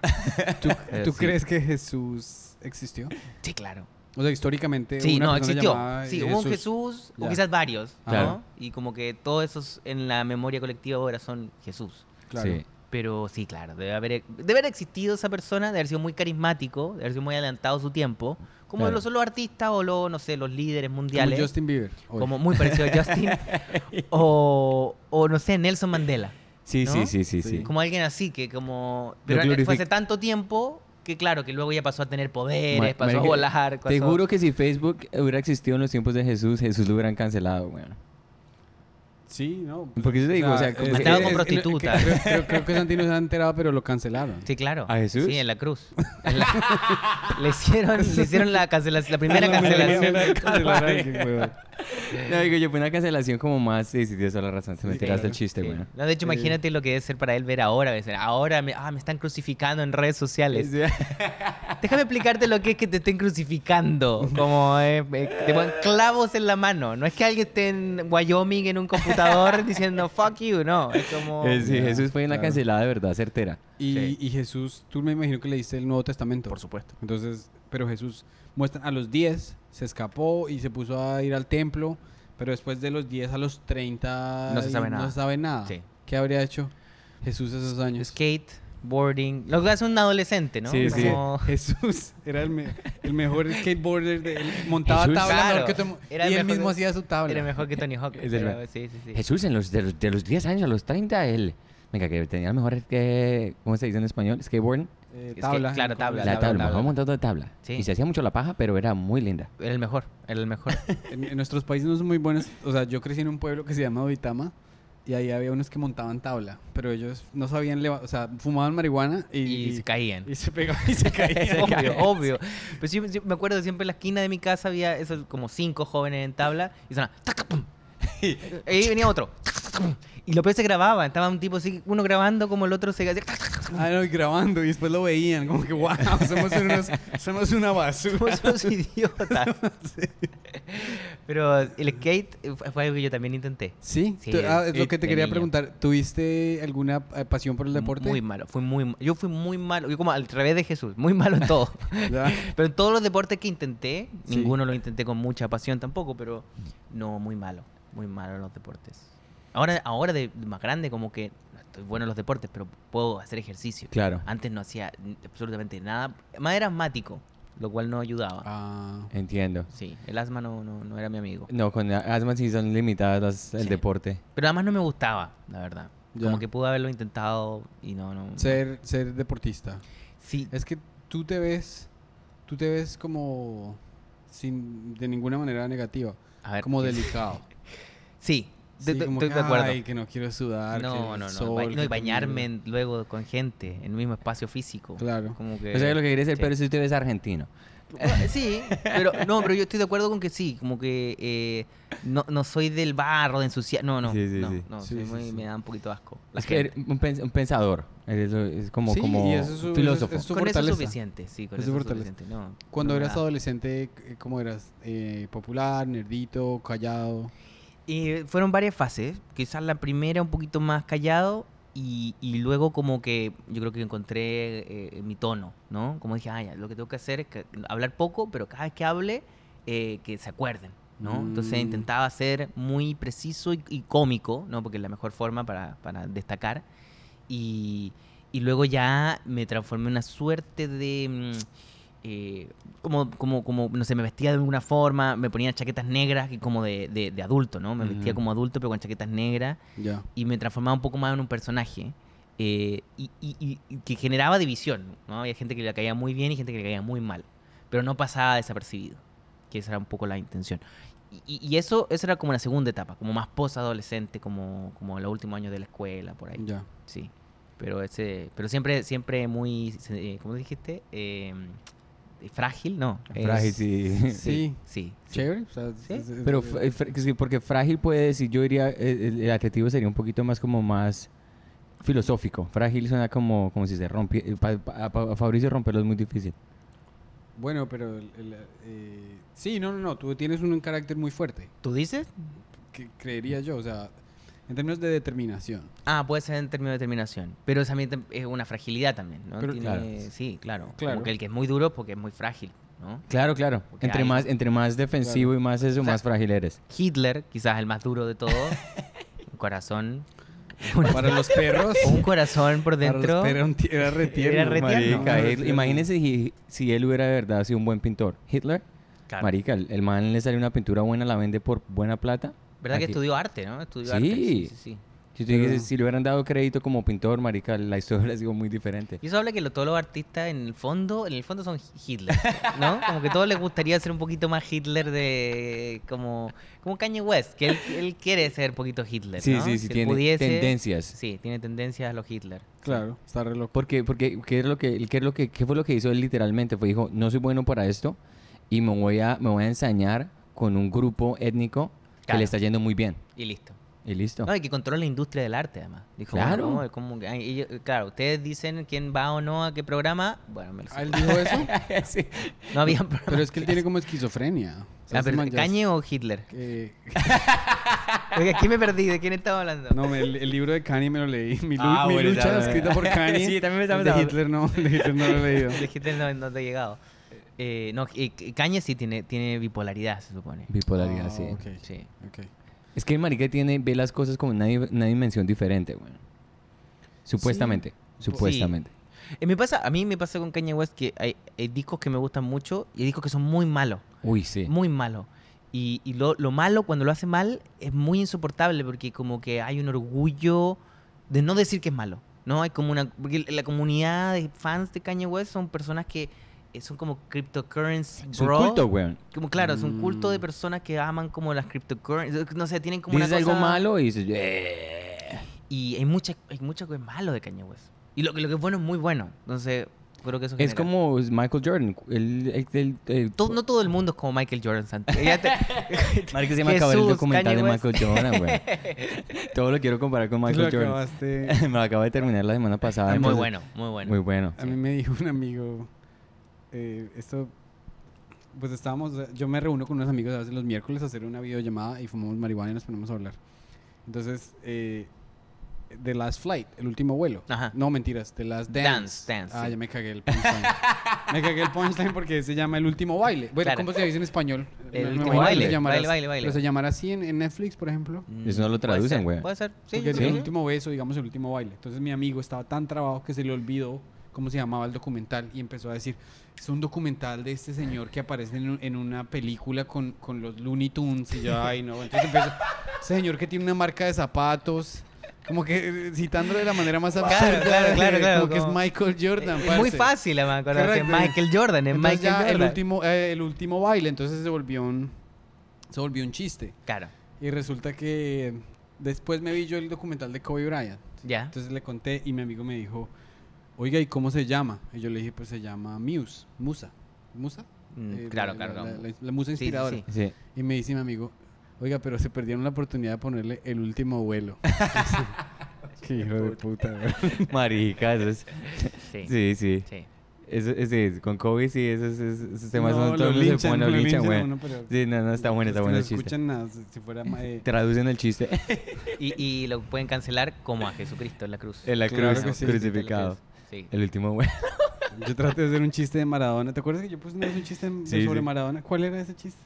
Speaker 2: ¿Tú,
Speaker 1: Eh,
Speaker 2: tú
Speaker 1: sí.
Speaker 2: crees que Jesús existió?
Speaker 1: Sí, claro.
Speaker 2: O sea, históricamente.
Speaker 1: Sí,
Speaker 2: una
Speaker 1: no,
Speaker 2: persona
Speaker 1: existió.
Speaker 2: llamada
Speaker 1: Sí, hubo un Jesús, o
Speaker 2: Ya.
Speaker 1: quizás varios, ¿no?
Speaker 3: Claro.
Speaker 1: Y como que todos esos en la memoria colectiva ahora son Jesús.
Speaker 2: Claro.
Speaker 3: Sí.
Speaker 1: Pero sí, claro, debe haber, debe haber existido esa persona, de haber sido muy carismático, de haber sido muy adelantado a su tiempo, como
Speaker 3: Claro.
Speaker 1: lo son los artistas o los, no sé, los líderes
Speaker 2: Como
Speaker 1: mundiales,
Speaker 2: Justin Bieber. hoy.
Speaker 1: como muy parecido a Justin, o, o no sé, Nelson Mandela,
Speaker 3: Sí,
Speaker 1: ¿No?
Speaker 3: sí, sí, sí, sí.
Speaker 1: como alguien así que como... Pero
Speaker 3: glorific-
Speaker 1: fue hace tanto tiempo que claro, que luego ya pasó a tener poderes,
Speaker 3: Ma-
Speaker 1: pasó a
Speaker 3: marica,
Speaker 1: volar, pasó...
Speaker 3: Te juro que si Facebook hubiera existido en los tiempos de Jesús, Jesús lo hubieran cancelado, weón.
Speaker 2: Sí, no.
Speaker 3: Porque yo te digo, o sea, como-
Speaker 1: Andaba con
Speaker 2: que-
Speaker 1: prostitutas.
Speaker 2: Creo, creo- creo que Santi no se ha enterado, pero lo cancelaron.
Speaker 1: Sí, claro.
Speaker 3: ¿A Jesús?
Speaker 1: Sí, en la <laughs> cruz. En la- le, hicieron, le hicieron la, cancela- la
Speaker 2: <laughs>
Speaker 1: primera cancelación.
Speaker 2: Cancelaron a alguien, weón.
Speaker 3: <laughs> No, digo, yo fue una cancelación como más. Sí, sí, tienes toda la razón. Te me
Speaker 2: Sí,
Speaker 3: tiraste
Speaker 2: claro.
Speaker 3: el chiste,
Speaker 1: Sí.
Speaker 3: weón.
Speaker 1: No, de hecho,
Speaker 2: Sí.
Speaker 1: imagínate lo que debe ser para él ver ahora. debe ser, ahora me, ah, me están crucificando en redes
Speaker 3: <laughs>
Speaker 1: sociales. Déjame explicarte lo que es que te estén crucificando. Como eh, eh, te ponen clavos en la mano. No es que alguien esté en Wyoming en un computador <laughs> diciendo fuck you, no. Es como.
Speaker 3: Eh, sí, Jesús fue una
Speaker 2: Claro.
Speaker 3: cancelada de verdad, certera.
Speaker 2: Y,
Speaker 1: Sí.
Speaker 2: y Jesús, tú me imagino que leíste el Nuevo Testamento. Por supuesto. Entonces, pero Jesús muestra a los 10, se escapó y se puso a ir al templo, pero después de los 10 a los 30
Speaker 1: No se sabe
Speaker 2: y
Speaker 1: nada.
Speaker 2: No se sabe nada.
Speaker 1: Sí.
Speaker 2: ¿Qué habría hecho Jesús esos años?
Speaker 1: Skate, boarding. Lo que hace un adolescente, ¿no?
Speaker 3: Sí, sí.
Speaker 1: Como-
Speaker 2: <laughs> Jesús era el, me- el mejor skateboarder, de- él montaba
Speaker 3: Jesús,
Speaker 2: tabla
Speaker 1: claro,
Speaker 2: mejor que todo el mu-
Speaker 1: era el
Speaker 2: y él
Speaker 1: mejor-
Speaker 2: mismo hacía su tabla.
Speaker 1: Era mejor que Tony Hawk.
Speaker 3: Es
Speaker 1: pero
Speaker 3: verdad.
Speaker 1: sí, sí, sí.
Speaker 3: Jesús en los, de, los, de los 10 años, a los 30, él. Venga, que tenía mejor que. ¿Cómo se dice en español? Skateboard.
Speaker 2: Eh,
Speaker 1: que-
Speaker 2: tabla.
Speaker 1: claro, tabla,
Speaker 3: La,
Speaker 1: tabla,
Speaker 3: tabla,
Speaker 1: tabla.
Speaker 3: mejor montado de tabla.
Speaker 1: Sí.
Speaker 3: Y se hacía mucho la paja, pero era muy linda.
Speaker 1: Era el mejor, era el
Speaker 3: <laughs>
Speaker 1: mejor.
Speaker 2: En, en nuestros países no son muy buenos. O sea, yo crecí en un pueblo que se llama Oitama y ahí había unos que montaban tabla, pero ellos no sabían, leva- o sea, fumaban marihuana y,
Speaker 1: y se caían.
Speaker 2: y se pegaban
Speaker 1: <laughs>
Speaker 2: y se caían.
Speaker 1: obvio, obvio. Pero sí, sí, me acuerdo siempre en la esquina de mi casa había esos como cinco jóvenes en tabla y sonaba. taca, pum. <laughs> Y ahí venía otro. taca, taca, pum. Y lo peor se grababa. Estaba un tipo así, uno grabando como el otro se hacía, taca, taca,
Speaker 2: Ah, no, y grabando y después lo veían, como que
Speaker 1: <laughs>
Speaker 2: wow, somos, unos, somos una
Speaker 1: como
Speaker 2: basura.
Speaker 1: <laughs> esos idiotas. Pero el skate eh, fue fue algo que yo también intenté.
Speaker 2: Sí,
Speaker 1: Sí,
Speaker 2: tú- ah, es
Speaker 1: eh,
Speaker 2: lo que te
Speaker 1: de
Speaker 2: quería
Speaker 1: niño.
Speaker 2: preguntar. ¿Tuviste alguna eh, pasión por el deporte?
Speaker 1: Muy malo. Fui muy, yo fui muy malo. Yo como al revés de Jesús. Muy malo en <laughs> todo.
Speaker 2: Ya.
Speaker 1: Pero en todos los deportes que intenté,
Speaker 2: Sí.
Speaker 1: ninguno lo intenté con mucha pasión tampoco, pero no, muy malo, muy malo en los deportes. Ahora, ahora de de más grande, como que no estoy bueno en los deportes, pero puedo hacer ejercicio.
Speaker 3: Claro.
Speaker 1: Antes no hacía n- absolutamente nada. Más era asmático, lo cual no ayudaba.
Speaker 2: Ah,
Speaker 3: Entiendo.
Speaker 1: Sí, el asma no, no, no era mi amigo.
Speaker 3: No, con asma sí son limitadas las- el
Speaker 1: Sí.
Speaker 3: deporte.
Speaker 1: Pero además no me gustaba, la verdad.
Speaker 2: Ya.
Speaker 1: Como que pude haberlo intentado y no, no.
Speaker 2: ser, ser deportista.
Speaker 1: Sí,
Speaker 2: Es que tú te ves, tú te ves como sin, de ninguna manera negativa,
Speaker 1: a ver. <laughs>
Speaker 2: como delicado.
Speaker 1: Sí, de-
Speaker 2: Sí,
Speaker 1: de-
Speaker 2: como
Speaker 1: estoy
Speaker 2: que,
Speaker 1: de acuerdo.
Speaker 2: Ay, que no quiero sudar. que
Speaker 1: No,
Speaker 2: el
Speaker 1: no, no.
Speaker 2: sol,
Speaker 1: ba-
Speaker 2: que
Speaker 1: no, y
Speaker 2: el
Speaker 1: bañarme
Speaker 2: frío.
Speaker 1: en- luego con gente en el mismo espacio físico.
Speaker 2: Claro.
Speaker 1: Como que...
Speaker 3: O sea, lo que quería decir,
Speaker 1: sí.
Speaker 3: pero si tú eres argentino.
Speaker 1: Bueno, Sí, pero no, pero yo estoy de acuerdo con que sí. Como que eh, no, no soy del barro, de ensuciar. No, no.
Speaker 3: Sí, sí,
Speaker 1: no,
Speaker 3: sí.
Speaker 1: no,
Speaker 2: Sí,
Speaker 1: soy
Speaker 2: sí,
Speaker 1: muy-
Speaker 2: sí.
Speaker 1: me da un poquito asco. la
Speaker 3: Es que eres
Speaker 1: gente.
Speaker 3: un, pens- un pensador. Eres- es como,
Speaker 2: Sí,
Speaker 3: como
Speaker 2: y eso es su-
Speaker 3: filósofo.
Speaker 2: eso es su
Speaker 1: con eso es
Speaker 2: fortaleza.
Speaker 1: suficiente, sí, con
Speaker 2: Es
Speaker 1: eso
Speaker 2: su
Speaker 1: es
Speaker 2: fortaleza.
Speaker 1: suficiente. No,
Speaker 2: Cuando
Speaker 1: no me
Speaker 2: eras
Speaker 1: da.
Speaker 2: adolescente, eh, ¿cómo eras? Eh, ¿Popular, nerdito, callado?
Speaker 1: Eh, fueron varias fases. Quizás la primera un poquito más callado y, y luego como que yo creo que encontré eh, mi tono, ¿no? Como dije, ah, ya, lo que tengo que hacer es que- hablar poco, pero cada vez que hable, eh, que se acuerden, ¿no? Entonces
Speaker 2: Mm.
Speaker 1: intentaba ser muy preciso y, y cómico, ¿no? Porque es la mejor forma para, para destacar. Y, y luego ya me transformé en una suerte de... mm, eh, como, como, como, no sé, me vestía de alguna forma, me ponía chaquetas negras que como de, de- de adulto, ¿no? Me vestía
Speaker 3: Ujú.
Speaker 1: como adulto pero con chaquetas negras
Speaker 2: Ya.
Speaker 1: y me transformaba un poco más en un personaje eh, y, y- y- y que generaba división, ¿no? Había gente que le caía muy bien y gente que le caía muy mal, pero no pasaba desapercibido, que esa era un poco la intención. Y- Y, y eso, esa era como la segunda etapa, como más posadolescente, como, como los últimos años de la escuela, por ahí.
Speaker 2: Ya.
Speaker 1: Sí, pero ese, pero siempre, siempre muy, eh, ¿cómo dijiste? Eh, frágil, no. es-
Speaker 3: Frágil, sí.
Speaker 1: <laughs> Sí, sí. sí.
Speaker 2: Chévere. o sea,
Speaker 1: Sí,
Speaker 2: es- es-
Speaker 3: <laughs> Pero,
Speaker 2: es-
Speaker 3: fr- eh, fr- sí, porque frágil puede decir, yo diría, eh, el, el adjetivo sería un poquito más como más filosófico. Frágil suena como, como si se rompe. eh, pa- pa- pa- a Fabricio romperlo es muy difícil.
Speaker 2: Bueno, pero. el- el, eh, sí, no, no, no. Tú tienes un carácter muy fuerte.
Speaker 1: ¿Tú dices?
Speaker 2: que creería yo. O sea, en términos de determinación.
Speaker 1: Ah, puede ser en términos de determinación. Pero esa también es una fragilidad también, ¿no?
Speaker 3: Pero-
Speaker 1: Tiene-
Speaker 3: claro.
Speaker 1: Sí, claro.
Speaker 2: Claro.
Speaker 1: Como que el que es muy duro es porque es muy frágil, ¿no?
Speaker 3: Claro, claro.
Speaker 1: Porque
Speaker 3: Entre
Speaker 1: hay-
Speaker 3: más, entre más defensivo y más eso,
Speaker 1: O sea-
Speaker 3: más frágil eres.
Speaker 1: Hitler, quizás el más duro de
Speaker 3: <laughs>
Speaker 1: todos. un corazón.
Speaker 2: Para los perros.
Speaker 1: Pues <laughs> Un corazón por dentro.
Speaker 2: Para los perros <laughs> era retierno.
Speaker 1: Era re tierno.
Speaker 3: Marica,
Speaker 1: No,
Speaker 3: Hitler- imagínese si, si él hubiera de verdad sido un buen pintor. Hitler,
Speaker 1: Claro.
Speaker 3: marica, el, el man le sale una pintura buena, la vende por buena plata.
Speaker 1: ¿Verdad que
Speaker 3: Aquí-
Speaker 1: estudió arte, no? Estudió
Speaker 3: Sí.
Speaker 1: arte. Sí, sí, sí.
Speaker 3: Si, tú dices-
Speaker 2: Pero-
Speaker 3: si le hubieran dado crédito como pintor, marica, la historia <laughs> hubiera sido muy diferente.
Speaker 1: Y eso habla que lo- todos los artistas en el fondo, en el fondo son Hitler,
Speaker 3: <laughs>
Speaker 1: ¿no? Como que todos les gustaría ser un poquito más Hitler de como, como Kanye West, que él, él quiere ser un poquito Hitler,
Speaker 3: Sí,
Speaker 1: ¿no?
Speaker 3: sí, sí,
Speaker 1: Si él
Speaker 3: tiene tendencias.
Speaker 1: Sí, tiene tendencias a los Hitler.
Speaker 2: Claro, está re
Speaker 3: <laughs>
Speaker 2: loco.
Speaker 3: Porque, porque ¿qué, es lo que, qué, es lo que, ¿qué fue lo que hizo él literalmente? Fue, dijo, no soy bueno para esto y me voy a, me voy a ensañar con un grupo étnico que
Speaker 1: Claro.
Speaker 3: le está yendo muy bien.
Speaker 1: Y listo.
Speaker 3: Y listo.
Speaker 1: No, y que controla la industria del arte, además. Dijo,
Speaker 3: Claro.
Speaker 1: bueno, ¿cómo- cómo- ay, ellos- claro, ustedes dicen quién va o no a qué programa. Bueno, me lo
Speaker 2: Ah,
Speaker 1: sé.
Speaker 2: él dijo eso.
Speaker 3: Sí.
Speaker 1: No
Speaker 3: <laughs>
Speaker 1: había programa.
Speaker 2: Pero es que él tiene como esquizofrenia. O sea,
Speaker 1: Ah,
Speaker 2: ese
Speaker 1: pero,
Speaker 2: man ya es-
Speaker 1: ¿Kanye o Hitler?
Speaker 2: que-
Speaker 1: Oiga, aquí me perdí, ¿de quién estaba hablando?
Speaker 2: no, el, el libro de Kanye me lo leí. <laughs> Mi, lu-
Speaker 3: Ah,
Speaker 2: mi
Speaker 3: bueno, ya,
Speaker 2: lucha
Speaker 3: ya, ya.
Speaker 2: escrita por Kanye.
Speaker 3: Sí, también me
Speaker 2: El
Speaker 3: estaba
Speaker 2: de
Speaker 3: hablando.
Speaker 2: Hitler no, el de Hitler no lo he
Speaker 1: <laughs>
Speaker 2: leído.
Speaker 1: De Hitler no, no te he llegado. Eh, no, y- y Kanye sí tiene, tiene bipolaridad, se supone.
Speaker 3: Bipolaridad,
Speaker 2: Ah,
Speaker 3: sí.
Speaker 2: ok,
Speaker 1: Sí.
Speaker 2: ok.
Speaker 3: Es que el marica tiene, ve las cosas como en una, di- una dimensión diferente, güey. Supuestamente.
Speaker 1: Pues
Speaker 3: Supuestamente.
Speaker 1: Eh, me pasa, a mí me pasa con Kanye West que hay, hay discos que me gustan mucho y hay discos que son muy malos.
Speaker 3: Uy, sí.
Speaker 1: Muy malos. Y, y lo, lo malo, cuando lo hace mal, es muy insoportable porque como que hay un orgullo de no decir que es malo. No, hay como una... Porque la comunidad de fans de Kanye West son personas que eh, son como cryptocurrency
Speaker 3: Es un
Speaker 1: bro.
Speaker 3: culto, güey.
Speaker 1: Como claro, es un culto de
Speaker 2: Mm.
Speaker 1: personas que aman como las cryptocurrencies. No sé, tienen como
Speaker 3: Dices
Speaker 1: una
Speaker 3: algo
Speaker 1: cosa...
Speaker 3: malo y dices... "Eh".
Speaker 1: Y hay mucha, hay mucho que es malo de Kanye West. Y lo, que- lo que es bueno es muy bueno. Entonces, creo que eso
Speaker 3: Es
Speaker 1: genera.
Speaker 3: como Michael Jordan. El, el, el- el-
Speaker 1: To- no todo el mundo es como Michael Jordan. Santi.
Speaker 3: <laughs>
Speaker 1: Ya te-
Speaker 3: Marica, se me acabó el
Speaker 1: Jesús,
Speaker 3: documental
Speaker 1: Kanye
Speaker 3: de
Speaker 1: West.
Speaker 3: Michael
Speaker 1: <laughs>
Speaker 3: Jordan, güey. Todo lo quiero comparar con Michael
Speaker 2: Lo
Speaker 3: Jordan.
Speaker 2: acabaste.
Speaker 3: <laughs> me lo acabo de terminar la semana pasada.
Speaker 1: muy
Speaker 3: entonces-
Speaker 1: bueno, muy bueno.
Speaker 3: Muy bueno.
Speaker 2: A mí me dijo un amigo, eh, esto, pues estábamos, yo me reúno con unos amigos a veces los miércoles a hacer una videollamada y fumamos marihuana y nos ponemos a hablar. Entonces, eh, The Last Flight, el último vuelo.
Speaker 1: Ajá.
Speaker 2: No, mentiras, The Last Dance.
Speaker 1: Dance, dance,
Speaker 2: Ah,
Speaker 1: sí.
Speaker 2: ya me cagué
Speaker 1: <laughs>
Speaker 2: el punchline. me cagué el punchline porque se llama El Último Baile. Bueno,
Speaker 1: Claro.
Speaker 2: ¿cómo se dice en español?
Speaker 1: El
Speaker 2: Me
Speaker 1: Último
Speaker 2: imagino que
Speaker 1: Baile,
Speaker 2: se llamará-
Speaker 1: baile, baile, baile.
Speaker 2: pero se llamará así en, en Netflix, por ejemplo.
Speaker 3: Eso
Speaker 1: Mm,
Speaker 3: no lo
Speaker 1: puede
Speaker 3: traducen,
Speaker 1: ser,
Speaker 3: güey.
Speaker 1: Puede ser. Sí,
Speaker 2: Porque
Speaker 1: yo
Speaker 2: es
Speaker 1: creo
Speaker 2: el
Speaker 1: que sí.
Speaker 2: último beso, digamos, el último baile. Entonces mi amigo estaba tan trabado que se le olvidó cómo se llamaba el documental y empezó a decir, es un documental de este señor que aparece en, un- en una película con, con los Looney Tunes y
Speaker 1: <laughs>
Speaker 2: yo, ay no. Entonces empezó, ese señor que tiene una marca de zapatos, como que eh, citándolo de la manera más
Speaker 1: Claro,
Speaker 2: absurda,
Speaker 1: claro, claro,
Speaker 2: eh,
Speaker 1: claro,
Speaker 2: como,
Speaker 1: como-
Speaker 2: que es Michael Jordan.
Speaker 1: Es muy
Speaker 2: parce.
Speaker 1: fácil, además, acordarse.
Speaker 2: Correcto.
Speaker 1: Michael Jordan, es
Speaker 2: Entonces,
Speaker 1: Michael
Speaker 2: ya
Speaker 1: Jordan.
Speaker 2: el último, eh, el último baile, entonces se volvió un, se volvió un chiste.
Speaker 1: Claro,
Speaker 2: Y resulta que después me vi yo el documental de Kobe Bryant.
Speaker 1: ya.
Speaker 2: Entonces le conté y mi amigo me dijo, oiga, ¿y cómo se llama? Y yo le dije, pues se llama Muse, Musa. ¿Musa?
Speaker 1: Mm,
Speaker 2: Eh,
Speaker 1: claro,
Speaker 2: la-
Speaker 1: claro.
Speaker 2: La,
Speaker 1: claro.
Speaker 2: la- la musa
Speaker 1: Sí, sí,
Speaker 2: inspiradora.
Speaker 1: sí.
Speaker 3: Sí.
Speaker 2: Y me dice mi amigo, oiga, pero se perdieron la oportunidad de ponerle el último
Speaker 3: <laughs>
Speaker 2: vuelo. Qué hijo de puta, güey.
Speaker 3: Marica, eso es...
Speaker 1: Sí, sí.
Speaker 3: Sí, sí. Eso, es- sí, con Kobe, sí, esos, esos, esos temas
Speaker 2: No,
Speaker 3: son todo
Speaker 2: lo
Speaker 3: el mundo se
Speaker 2: linchan,
Speaker 3: pone,
Speaker 2: lo
Speaker 3: lo linchan,
Speaker 2: linchan a
Speaker 3: güey.
Speaker 2: uno, pero-
Speaker 3: Sí, no, no, está
Speaker 2: Los
Speaker 3: bueno, está
Speaker 2: que
Speaker 3: bueno
Speaker 2: no
Speaker 3: el chiste.
Speaker 2: escuchan nada, si si fuera... ma-
Speaker 3: <laughs>
Speaker 2: eh,
Speaker 3: Traducen el chiste
Speaker 1: Y, y lo pueden cancelar como a Jesucristo en la cruz.
Speaker 3: en la
Speaker 2: Claro
Speaker 3: cruz,
Speaker 2: que sí.
Speaker 3: crucificado.
Speaker 1: Sí.
Speaker 3: El último, güey.
Speaker 2: yo traté de hacer un chiste de Maradona. ¿Te acuerdas que yo puse una vez un chiste en-
Speaker 3: Sí,
Speaker 2: sobre
Speaker 3: sí.
Speaker 2: Maradona? ¿Cuál era ese chiste?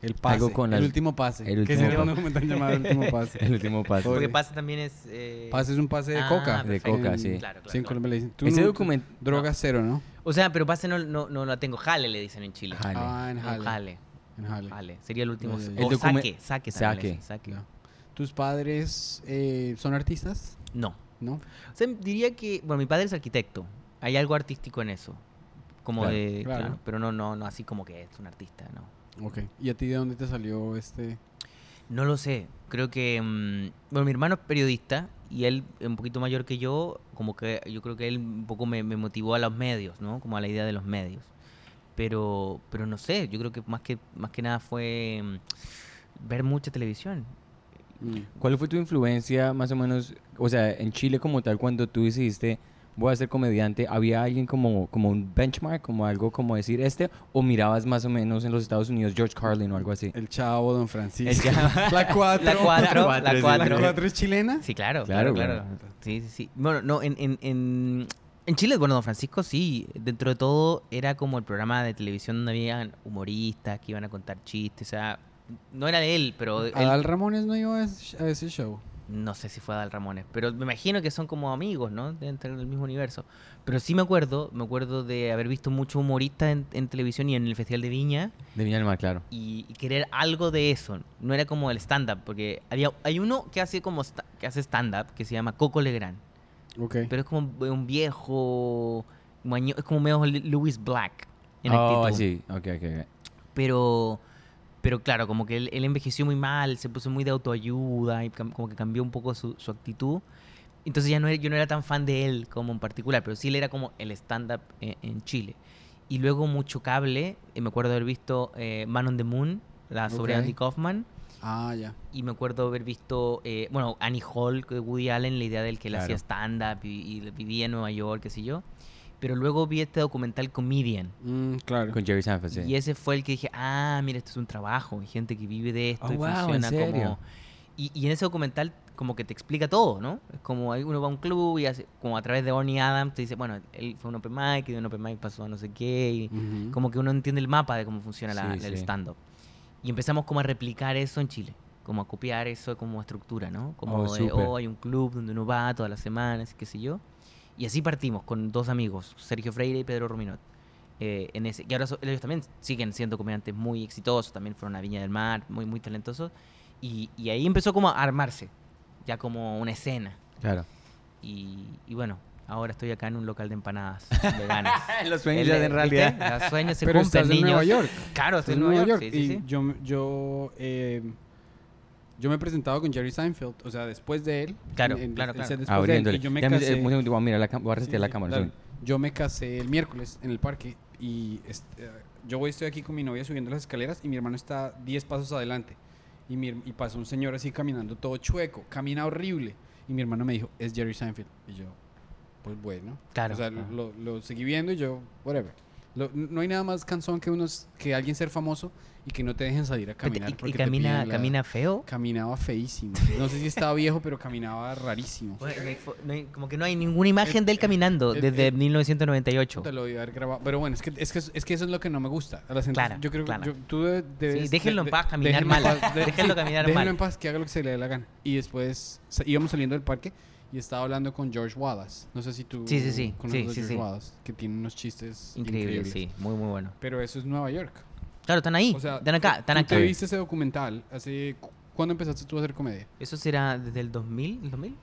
Speaker 2: El pase.
Speaker 3: Algo con
Speaker 2: el
Speaker 3: las-
Speaker 2: último pase.
Speaker 3: el
Speaker 2: que
Speaker 3: último
Speaker 2: sería un
Speaker 3: pase.
Speaker 2: documental llamado El
Speaker 3: <laughs>
Speaker 2: último pase.
Speaker 3: El último paso.
Speaker 1: Porque
Speaker 2: Pobre.
Speaker 1: pasa también es... eh,
Speaker 2: Pase es un pase de
Speaker 1: ah,
Speaker 2: coca.
Speaker 1: perfecto.
Speaker 3: De coca,
Speaker 1: Claro,
Speaker 3: sí.
Speaker 1: claro,
Speaker 2: Sí, en
Speaker 1: claro.
Speaker 2: Colombia le dicen. tú
Speaker 3: Ese
Speaker 2: no-
Speaker 3: documento...
Speaker 2: Droga
Speaker 1: Ah.
Speaker 2: cero, ¿no?
Speaker 1: O sea, pero pase no, no, no la tengo. Jale, le dicen en Chile.
Speaker 3: Jale.
Speaker 2: Ah, en
Speaker 1: Un
Speaker 2: Jale.
Speaker 1: jale.
Speaker 2: En Jale.
Speaker 1: Vale, sería el último.
Speaker 2: Ya, ya,
Speaker 3: ya.
Speaker 1: O
Speaker 3: El documen-
Speaker 1: saque, saque, también le
Speaker 3: Saque.
Speaker 1: dicen, saque.
Speaker 2: Ya. ¿Tus padres eh, son artistas?
Speaker 1: No.
Speaker 2: ¿No?
Speaker 1: O sea, diría que, bueno, mi padre es arquitecto. Hay algo artístico en eso. Como
Speaker 3: Claro,
Speaker 1: de,
Speaker 2: claro.
Speaker 1: claro, pero no, no, no, así como que es un artista, no.
Speaker 2: Ok. ¿Y a ti de dónde te salió este...?
Speaker 1: No lo sé. Creo que, mm, bueno, mi hermano es periodista y, y él, un poquito mayor que yo, como que yo creo que él un poco me, me motivó a los medios, ¿no? Como a la idea de los medios. Pero, pero no sé, yo creo que más que, más que nada fue mm, ver mucha televisión.
Speaker 2: Mm.
Speaker 3: ¿Cuál fue tu influencia más o menos, o sea, en Chile como tal, cuando tú decidiste, voy a ser comediante, ¿había alguien como, como un benchmark, como algo como decir este? ¿O mirabas más o menos en los Estados Unidos George Carlin o algo así?
Speaker 2: El chavo, don Francisco.
Speaker 3: El chavo.
Speaker 2: <laughs> La 4.
Speaker 1: La cuatro, la cuatro.
Speaker 2: es chilena.
Speaker 1: Sí, claro,
Speaker 3: Claro,
Speaker 1: claro,
Speaker 3: bueno.
Speaker 1: claro. Sí, sí, sí. Bueno, no, en, en, en, en Chile, bueno, Don Francisco sí, dentro de todo era como el programa de televisión donde habían humoristas que iban a contar chistes, o sea, no era de él, pero él-
Speaker 2: Adal Ah, Ramones no iba a ese, a ese show.
Speaker 1: no sé si fue Adal Ramones, pero me imagino que son como amigos, ¿no? Deben tener el mismo universo. Pero sí me acuerdo, me acuerdo de haber visto muchos humoristas en, en televisión y en el Festival de Viña
Speaker 3: De Viña del Mar, claro.
Speaker 1: y, y querer algo de eso. No era como el stand-up, porque había, hay uno que hace como sta- que hace stand-up que se llama Coco Legrand.
Speaker 2: Ok.
Speaker 1: Pero es como un viejo. maño- es como medio Louis Black en
Speaker 3: oh,
Speaker 1: actitud.
Speaker 3: sí, ok, ok. ok.
Speaker 1: Pero. Pero claro, como que él, él envejeció muy mal, se puso muy de autoayuda y cam- como que cambió un poco su, su actitud. Entonces ya no era- yo no era tan fan de él como en particular, pero sí él era como el stand-up en, en Chile. Y luego mucho cable, eh, me acuerdo haber visto eh, Man on the Moon, la sobre
Speaker 2: Ok.
Speaker 1: Andy Kaufman.
Speaker 2: Ah, ya.
Speaker 1: Y me acuerdo haber visto, eh, bueno, Annie Hall de Woody Allen, la idea del que él
Speaker 3: Claro.
Speaker 1: hacía stand-up y, y vivía en Nueva York, qué sé yo. Pero luego vi este documental Comedian.
Speaker 2: Mm, claro.
Speaker 3: Con Jerry Sanford, sí.
Speaker 1: Y ese fue el que dije, ah, mira, esto es un trabajo. Hay gente que vive de esto
Speaker 3: Oh,
Speaker 1: y
Speaker 3: wow, ¿en
Speaker 1: funciona
Speaker 3: serio?
Speaker 1: como... Y, y en ese documental como que te explica todo, ¿no? Es como ahí uno va a un club y hace, como a través de Bonnie Adams te dice, bueno, él fue a un open mic y de un open mic pasó a no sé qué. Y,
Speaker 2: Ujú.
Speaker 1: como que uno entiende el mapa de cómo funciona la-
Speaker 3: Sí,
Speaker 1: la- el
Speaker 3: sí.
Speaker 1: stand-up. Y empezamos como a replicar eso en Chile, como a copiar eso como estructura, ¿no? Como
Speaker 3: Oh,
Speaker 1: de,
Speaker 3: súper.
Speaker 1: oh, hay un club donde uno va todas las semanas, qué sé yo. Y así partimos con dos amigos, Sergio Freire y Pedro Ruminot. eh, en ese, y ahora so- ellos también siguen siendo comediantes muy exitosos, también fueron a Viña del Mar, muy, muy talentosos. Y, y ahí empezó como a armarse, ya como una escena.
Speaker 3: Claro.
Speaker 1: Y, y bueno, ahora estoy acá en un local de empanadas
Speaker 3: <laughs>
Speaker 1: veganas.
Speaker 3: Los
Speaker 1: El-
Speaker 3: sueños ya en
Speaker 1: ¿viste?
Speaker 3: realidad.
Speaker 1: Los sueños se
Speaker 2: Pero
Speaker 1: cumplen,
Speaker 2: estás en
Speaker 1: niños.
Speaker 2: Nueva York.
Speaker 1: Claro,
Speaker 2: Estoy
Speaker 1: estoy en Nueva York. sí,
Speaker 2: y
Speaker 1: sí, sí.
Speaker 2: yo, me- yo, eh, yo me he presentado con Jerry Seinfeld, o sea, después de él.
Speaker 1: Claro, claro,
Speaker 2: el
Speaker 1: claro.
Speaker 2: set después de él,
Speaker 3: Abriéndole.
Speaker 2: y yo me
Speaker 3: Ya me-
Speaker 2: casé-
Speaker 3: eh, un segundo, voy a mirar la cam- voy a
Speaker 2: sí,
Speaker 3: resetear la
Speaker 2: sí,
Speaker 3: cámara. un
Speaker 2: claro.
Speaker 3: segundo.
Speaker 2: Yo me casé el miércoles en el parque y est- eh, yo voy, estoy aquí con mi novia subiendo las escaleras y mi hermano está 10 pasos adelante. Y, mi, her- y pasó un señor así caminando todo chueco, camina horrible. Y mi hermano me dijo, es Jerry Seinfeld. Y yo, pues bueno.
Speaker 1: Claro,
Speaker 2: O sea,
Speaker 1: ajá.
Speaker 2: lo, lo seguí viendo y yo, whatever. Lo- no hay nada más cansón que unos que alguien ser famoso y que no te dejen salir a
Speaker 1: Espérate,
Speaker 2: caminar.
Speaker 1: Pues, y- y,
Speaker 2: porque te
Speaker 1: camina,
Speaker 2: pillan la-
Speaker 1: camina feo.
Speaker 2: Caminaba feísimo. No sé si estaba viejo, pero caminaba rarísimo.
Speaker 1: Bueno, no hay fo- no hay- como que no hay ninguna imagen de él caminando
Speaker 2: el-
Speaker 1: desde
Speaker 2: el-
Speaker 1: 1998.
Speaker 2: Te lo voy a haber grabado. Pero bueno, es que, es que, es que eso es lo que no me gusta. A la gente,
Speaker 1: Claro,
Speaker 2: yo creo que
Speaker 1: claro.
Speaker 2: yo- tú de- debes.
Speaker 1: Sí, déjenlo en
Speaker 2: de-
Speaker 1: paz caminar
Speaker 2: déjenlo en
Speaker 1: mal.
Speaker 2: paz, de-
Speaker 1: <laughs> Déjenlo
Speaker 2: sí,
Speaker 1: caminar
Speaker 2: déjenlo
Speaker 1: mal.
Speaker 2: en paz, que haga lo que se le dé la gana. Y después sa- íbamos saliendo del parque y estaba hablando con George Wallace. No sé si tú
Speaker 1: Sí, sí, sí.
Speaker 2: conoces
Speaker 1: Sí,
Speaker 2: a
Speaker 1: sí,
Speaker 2: George
Speaker 1: sí.
Speaker 2: Wallace, que tiene unos chistes
Speaker 1: Increíble,
Speaker 2: increíbles.
Speaker 1: sí. Muy, muy bueno.
Speaker 2: Pero eso es Nueva York.
Speaker 1: Claro, están ahí.
Speaker 2: O sea,
Speaker 1: están acá,
Speaker 2: tú-
Speaker 1: están
Speaker 2: tú
Speaker 1: acá.
Speaker 2: te viste ese documental? Hace, cu- ¿Cuándo empezaste tú a hacer comedia?
Speaker 1: ¿Eso será desde el 2000? ¿El 2000?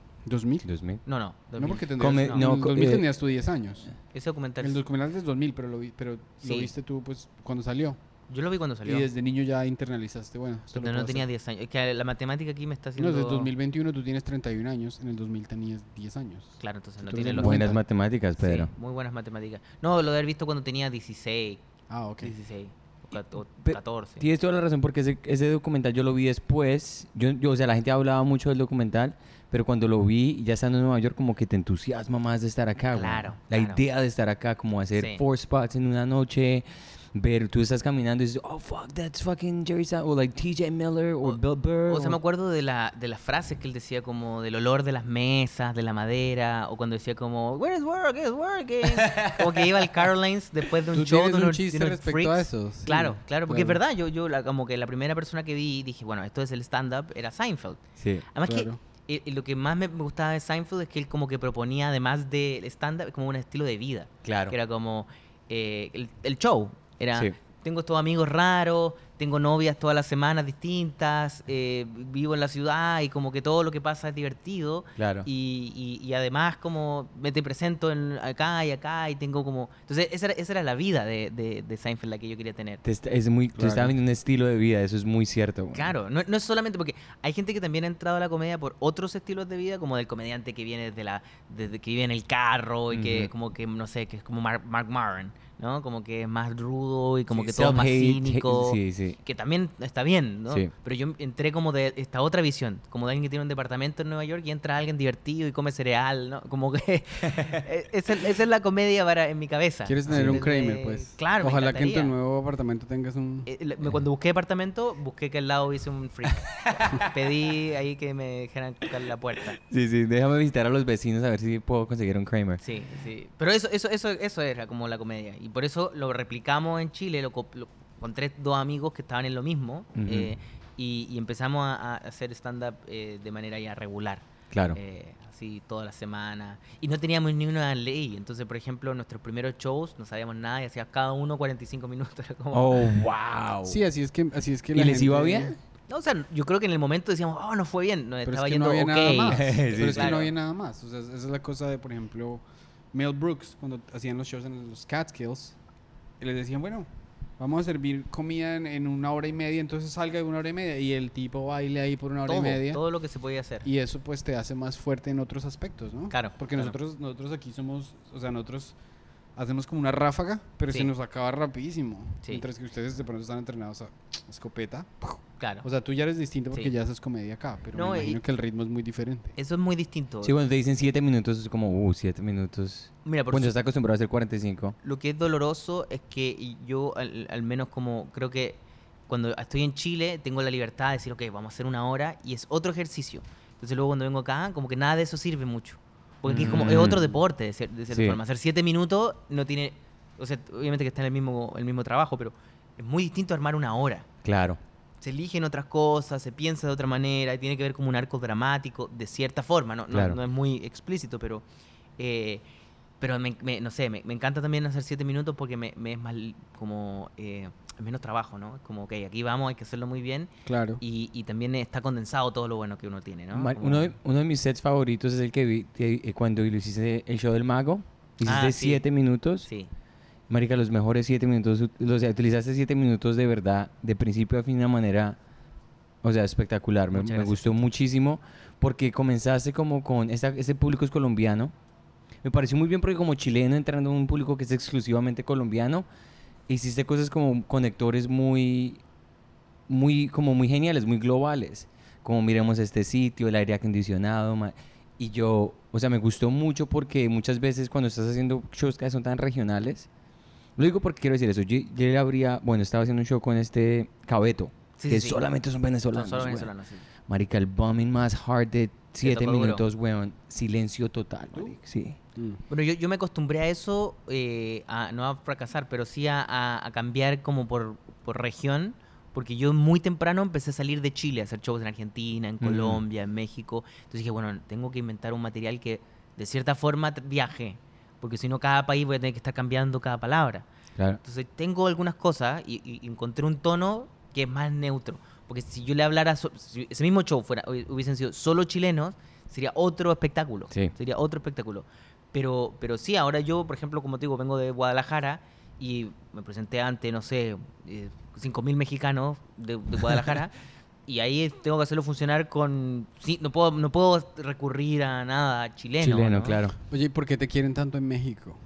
Speaker 2: ¿2000?
Speaker 3: 2000.
Speaker 1: No, no. 2000.
Speaker 2: No, porque tendrías,
Speaker 3: Come-
Speaker 2: no,
Speaker 3: no,
Speaker 2: en el
Speaker 3: co-
Speaker 2: 2000
Speaker 3: eh,
Speaker 2: tenías tú 10 años.
Speaker 1: Ese documental.
Speaker 2: El documental es del 2000, pero lo, vi- pero lo
Speaker 1: Sí.
Speaker 2: viste tú pues cuando salió.
Speaker 1: Yo lo vi cuando salió.
Speaker 2: Y desde niño ya internalizaste, bueno, esto lo
Speaker 1: Cuando no
Speaker 2: puedo
Speaker 1: tenía
Speaker 2: hacer.
Speaker 1: 10 años. Es que la matemática aquí me está haciendo.
Speaker 2: No, desde 2021 tú tienes 31 años, en el 2000 tenías 10 años.
Speaker 1: Claro, entonces no
Speaker 2: Tú
Speaker 1: tiene
Speaker 2: eres
Speaker 1: lógica.
Speaker 3: Buenas matemáticas,
Speaker 1: Sí,
Speaker 3: Pedro.
Speaker 1: muy buenas matemáticas. No, lo de haber visto cuando tenía 16,
Speaker 2: Ah, ok.
Speaker 1: 16 o cat- o
Speaker 3: Pe-
Speaker 1: 14.
Speaker 3: Tienes toda la razón porque ese, ese documental yo lo vi después. Yo, yo, o sea, la gente hablaba mucho del documental, pero cuando lo vi, ya estando en Nueva York, como que te entusiasma más de estar acá. güey.
Speaker 1: Claro,
Speaker 3: La
Speaker 1: claro.
Speaker 3: idea de estar acá, como hacer
Speaker 1: Sí.
Speaker 3: four spots en una noche, ver, tú estás caminando y dices, oh, fuck, that's fucking Jerry Seinfeld, o like TJ Miller, o
Speaker 1: O-
Speaker 3: Bill Burr.
Speaker 1: O sea, me
Speaker 3: o-
Speaker 1: acuerdo de, la, de las frases que él decía, como del olor de las mesas, de la madera, o cuando decía como, where is work, it's working.
Speaker 2: <laughs>
Speaker 1: como que iba al Carolines después de un
Speaker 2: Tú
Speaker 1: show.
Speaker 2: tienes
Speaker 1: de
Speaker 2: un
Speaker 1: unos- de
Speaker 2: chiste
Speaker 1: unos
Speaker 2: respecto
Speaker 1: freaks.
Speaker 2: a eso, sí,
Speaker 1: claro, claro, porque
Speaker 2: claro.
Speaker 1: es verdad, yo, yo la- como que la primera persona que vi, dije, bueno, esto es el stand-up, era Seinfeld.
Speaker 3: Sí.
Speaker 1: Además
Speaker 2: Claro.
Speaker 1: que eh, eh, lo que más me me gustaba de Seinfeld es que él como que proponía, además del stand-up, como un estilo de vida.
Speaker 3: Claro.
Speaker 1: Que era como eh, el, el show. Era,
Speaker 3: Sí.
Speaker 1: tengo estos amigos raros, tengo novias todas las semanas distintas, eh, vivo en la ciudad y como que todo lo que pasa es divertido.
Speaker 3: Claro.
Speaker 1: Y, y- y además como me te presento en acá y acá y tengo como... Entonces esa era, esa era la vida de, de, de Seinfeld la que yo quería tener.
Speaker 3: Te est- es muy, Tú
Speaker 2: Claro.
Speaker 3: estás viendo un estilo de vida, eso es muy cierto. güey.
Speaker 1: Claro, no, no es solamente porque hay gente que también ha entrado a la comedia por otros estilos de vida, como del comediante que viene desde la, desde que vive en el carro y que
Speaker 3: Ujú.
Speaker 1: como que no sé, que es como Mark, Mark Maron, ¿no? Como que es más rudo y como que todo es más
Speaker 3: Self-hate,
Speaker 1: cínico.
Speaker 3: hate- Sí, sí.
Speaker 1: Que también está bien, ¿no?
Speaker 3: Sí.
Speaker 1: Pero yo entré como de esta otra visión, como de alguien que tiene un departamento en Nueva York y entra alguien divertido y come cereal, ¿no? Como que <laughs> e, esa, esa es la comedia para, en mi cabeza.
Speaker 2: ¿Quieres tener un
Speaker 1: Desde-
Speaker 2: Kramer, pues?
Speaker 1: Claro, me
Speaker 2: Ojalá que en tu
Speaker 1: encantaría.
Speaker 2: nuevo apartamento tengas un...
Speaker 1: Eh, la- me- cuando busqué departamento, busqué que al lado hubiese un <laughs> freak. Pedí ahí que me dejaran tocar la puerta.
Speaker 3: Sí, sí, déjame visitar a los vecinos a ver si puedo conseguir un Kramer.
Speaker 1: Sí, sí. Pero eso, eso, eso, eso era como la comedia. Y por eso lo replicamos en Chile, lo, co- lo- encontré dos amigos que estaban en lo mismo.
Speaker 3: Ujú.
Speaker 1: eh, y, y empezamos a, a hacer stand-up eh, de manera ya regular.
Speaker 3: Claro.
Speaker 1: Eh, así todas las semanas. Y no teníamos ni una ley. Entonces, por ejemplo, nuestros primeros shows no sabíamos nada y hacías cada uno 45 minutos. <laughs> Era como,
Speaker 3: Oh,
Speaker 1: <laughs>
Speaker 3: wow.
Speaker 2: Sí, así es que, así es que
Speaker 3: ¿Y
Speaker 2: la
Speaker 3: les iba
Speaker 2: gente-
Speaker 3: bien?
Speaker 1: No, o sea, yo creo que en el momento decíamos, oh, no fue bien, no
Speaker 2: Pero es
Speaker 1: estaba
Speaker 2: que
Speaker 1: yendo
Speaker 2: no había
Speaker 1: ok.
Speaker 2: nada
Speaker 1: <laughs>
Speaker 2: más. Pero
Speaker 3: Sí,
Speaker 2: es que
Speaker 1: claro.
Speaker 2: no había nada más. O sea, esa es la cosa de, por ejemplo, Mel Brooks, cuando hacían los shows en los Catskills, y les decían, bueno, vamos a servir comida en, en una hora y media, entonces salga de una hora y media. Y el tipo baile ahí por una hora
Speaker 1: todo,
Speaker 2: y media.
Speaker 1: todo lo que se podía hacer.
Speaker 2: Y eso pues te hace más fuerte en otros aspectos, ¿no?
Speaker 1: Claro,
Speaker 2: Porque
Speaker 1: claro.
Speaker 2: nosotros nosotros aquí somos, o sea, nosotros hacemos como una ráfaga, pero se
Speaker 1: Sí.
Speaker 2: nos acaba rapidísimo.
Speaker 1: Sí.
Speaker 2: Mientras que ustedes de pronto están entrenados a escopeta.
Speaker 1: claro.
Speaker 2: O sea, tú ya eres distinto porque
Speaker 1: Sí.
Speaker 2: ya haces comedia acá, pero
Speaker 1: No,
Speaker 2: me
Speaker 1: y- Eh,
Speaker 2: imagino que el ritmo es muy diferente.
Speaker 1: Eso es muy distinto.
Speaker 3: Sí, cuando te dicen 7 minutos, es como, uh, 7 minutos.
Speaker 1: Mira, por
Speaker 3: Cuando
Speaker 1: su-
Speaker 3: está acostumbrado a hacer 45.
Speaker 1: lo que es doloroso es que yo, al, al menos como creo que cuando estoy en Chile, tengo la libertad de decir, ok, vamos a hacer una hora y es otro ejercicio. Entonces luego cuando vengo acá, como que nada de eso sirve mucho. Porque aquí es como, es
Speaker 3: Mm.
Speaker 1: otro deporte, de, cier- de cierta
Speaker 3: Sí.
Speaker 1: forma. Hacer siete minutos no tiene, o sea, obviamente que está en el mismo, el mismo trabajo, pero es muy distinto armar una hora.
Speaker 3: Claro.
Speaker 1: se eligen otras cosas, se piensa de otra manera, y tiene que ver como un arco dramático, de cierta forma, no, no,
Speaker 3: Claro.
Speaker 1: no es muy explícito, pero, eh, pero me, me- no sé, me, me encanta también hacer siete minutos porque me, me es más li- como eh, menos trabajo, ¿no? Es Como, ok, aquí vamos, hay que hacerlo muy bien,
Speaker 2: Claro.
Speaker 1: y, y también está condensado todo lo bueno que uno tiene, ¿no?
Speaker 3: Mar-
Speaker 1: Como-
Speaker 3: Uno de, uno de mis sets favoritos es el que vi que, eh, cuando lo hiciste el show del mago. Hiciste
Speaker 1: Ah, sí.
Speaker 3: 7 minutos.
Speaker 1: Sí,
Speaker 3: Marica, los mejores 7 minutos. ut- O sea, utilizaste 7 minutos de verdad, de principio a fin, de una manera. O sea, espectacular. Me,
Speaker 1: Muchas
Speaker 3: me
Speaker 1: gracias.
Speaker 3: gustó muchísimo porque comenzaste como con. Esta, este público es colombiano. Me pareció muy bien porque, como chileno, entrando en un público que es exclusivamente colombiano, hiciste cosas como conectores muy. Muy, como muy geniales, muy globales. Como miremos este sitio, el aire acondicionado. ma- Y yo, o sea, me gustó mucho porque muchas veces cuando estás haciendo shows que son tan regionales, lo digo porque quiero decir eso. Yo, yo le habría, bueno, estaba haciendo un show con este Cabeto,
Speaker 1: Sí,
Speaker 3: que
Speaker 1: sí, sí.
Speaker 3: solamente son
Speaker 1: son
Speaker 3: venezolanos.
Speaker 1: solo
Speaker 3: weón.
Speaker 1: venezolanos, sí.
Speaker 3: Marica, el bombing más hard de siete
Speaker 1: tocó duro. Uh.
Speaker 3: minutos, weón. Silencio total, marica. Sí.
Speaker 2: Mm.
Speaker 1: Bueno, yo, yo me acostumbré a eso, eh, a, no a fracasar, pero sí a, a- a cambiar como por, por región, porque yo muy temprano empecé a salir de Chile, a hacer shows en Argentina, en
Speaker 3: Ujú.
Speaker 1: Colombia, en México. Entonces dije, bueno, tengo que inventar un material que de cierta forma tra- viaje, porque si no cada país voy a tener que estar cambiando cada palabra.
Speaker 3: Claro.
Speaker 1: Entonces tengo algunas cosas y, y- y encontré un tono que es más neutro. Porque si yo le hablara, so- si ese mismo show fuera, hu- hubiesen sido solo chilenos, sería otro espectáculo.
Speaker 3: Sí.
Speaker 1: Sería otro espectáculo. Pero, pero sí, ahora yo, por ejemplo, como te digo, vengo de Guadalajara y me presenté ante, no sé, eh, 5.000 mexicanos de, de
Speaker 3: <laughs>
Speaker 1: Guadalajara. y ahí tengo que hacerlo funcionar con... sí, no, puedo, no puedo recurrir a nada chileno.
Speaker 3: Chileno,
Speaker 1: ¿no?
Speaker 3: claro.
Speaker 2: Oye, ¿y por qué te quieren tanto en México?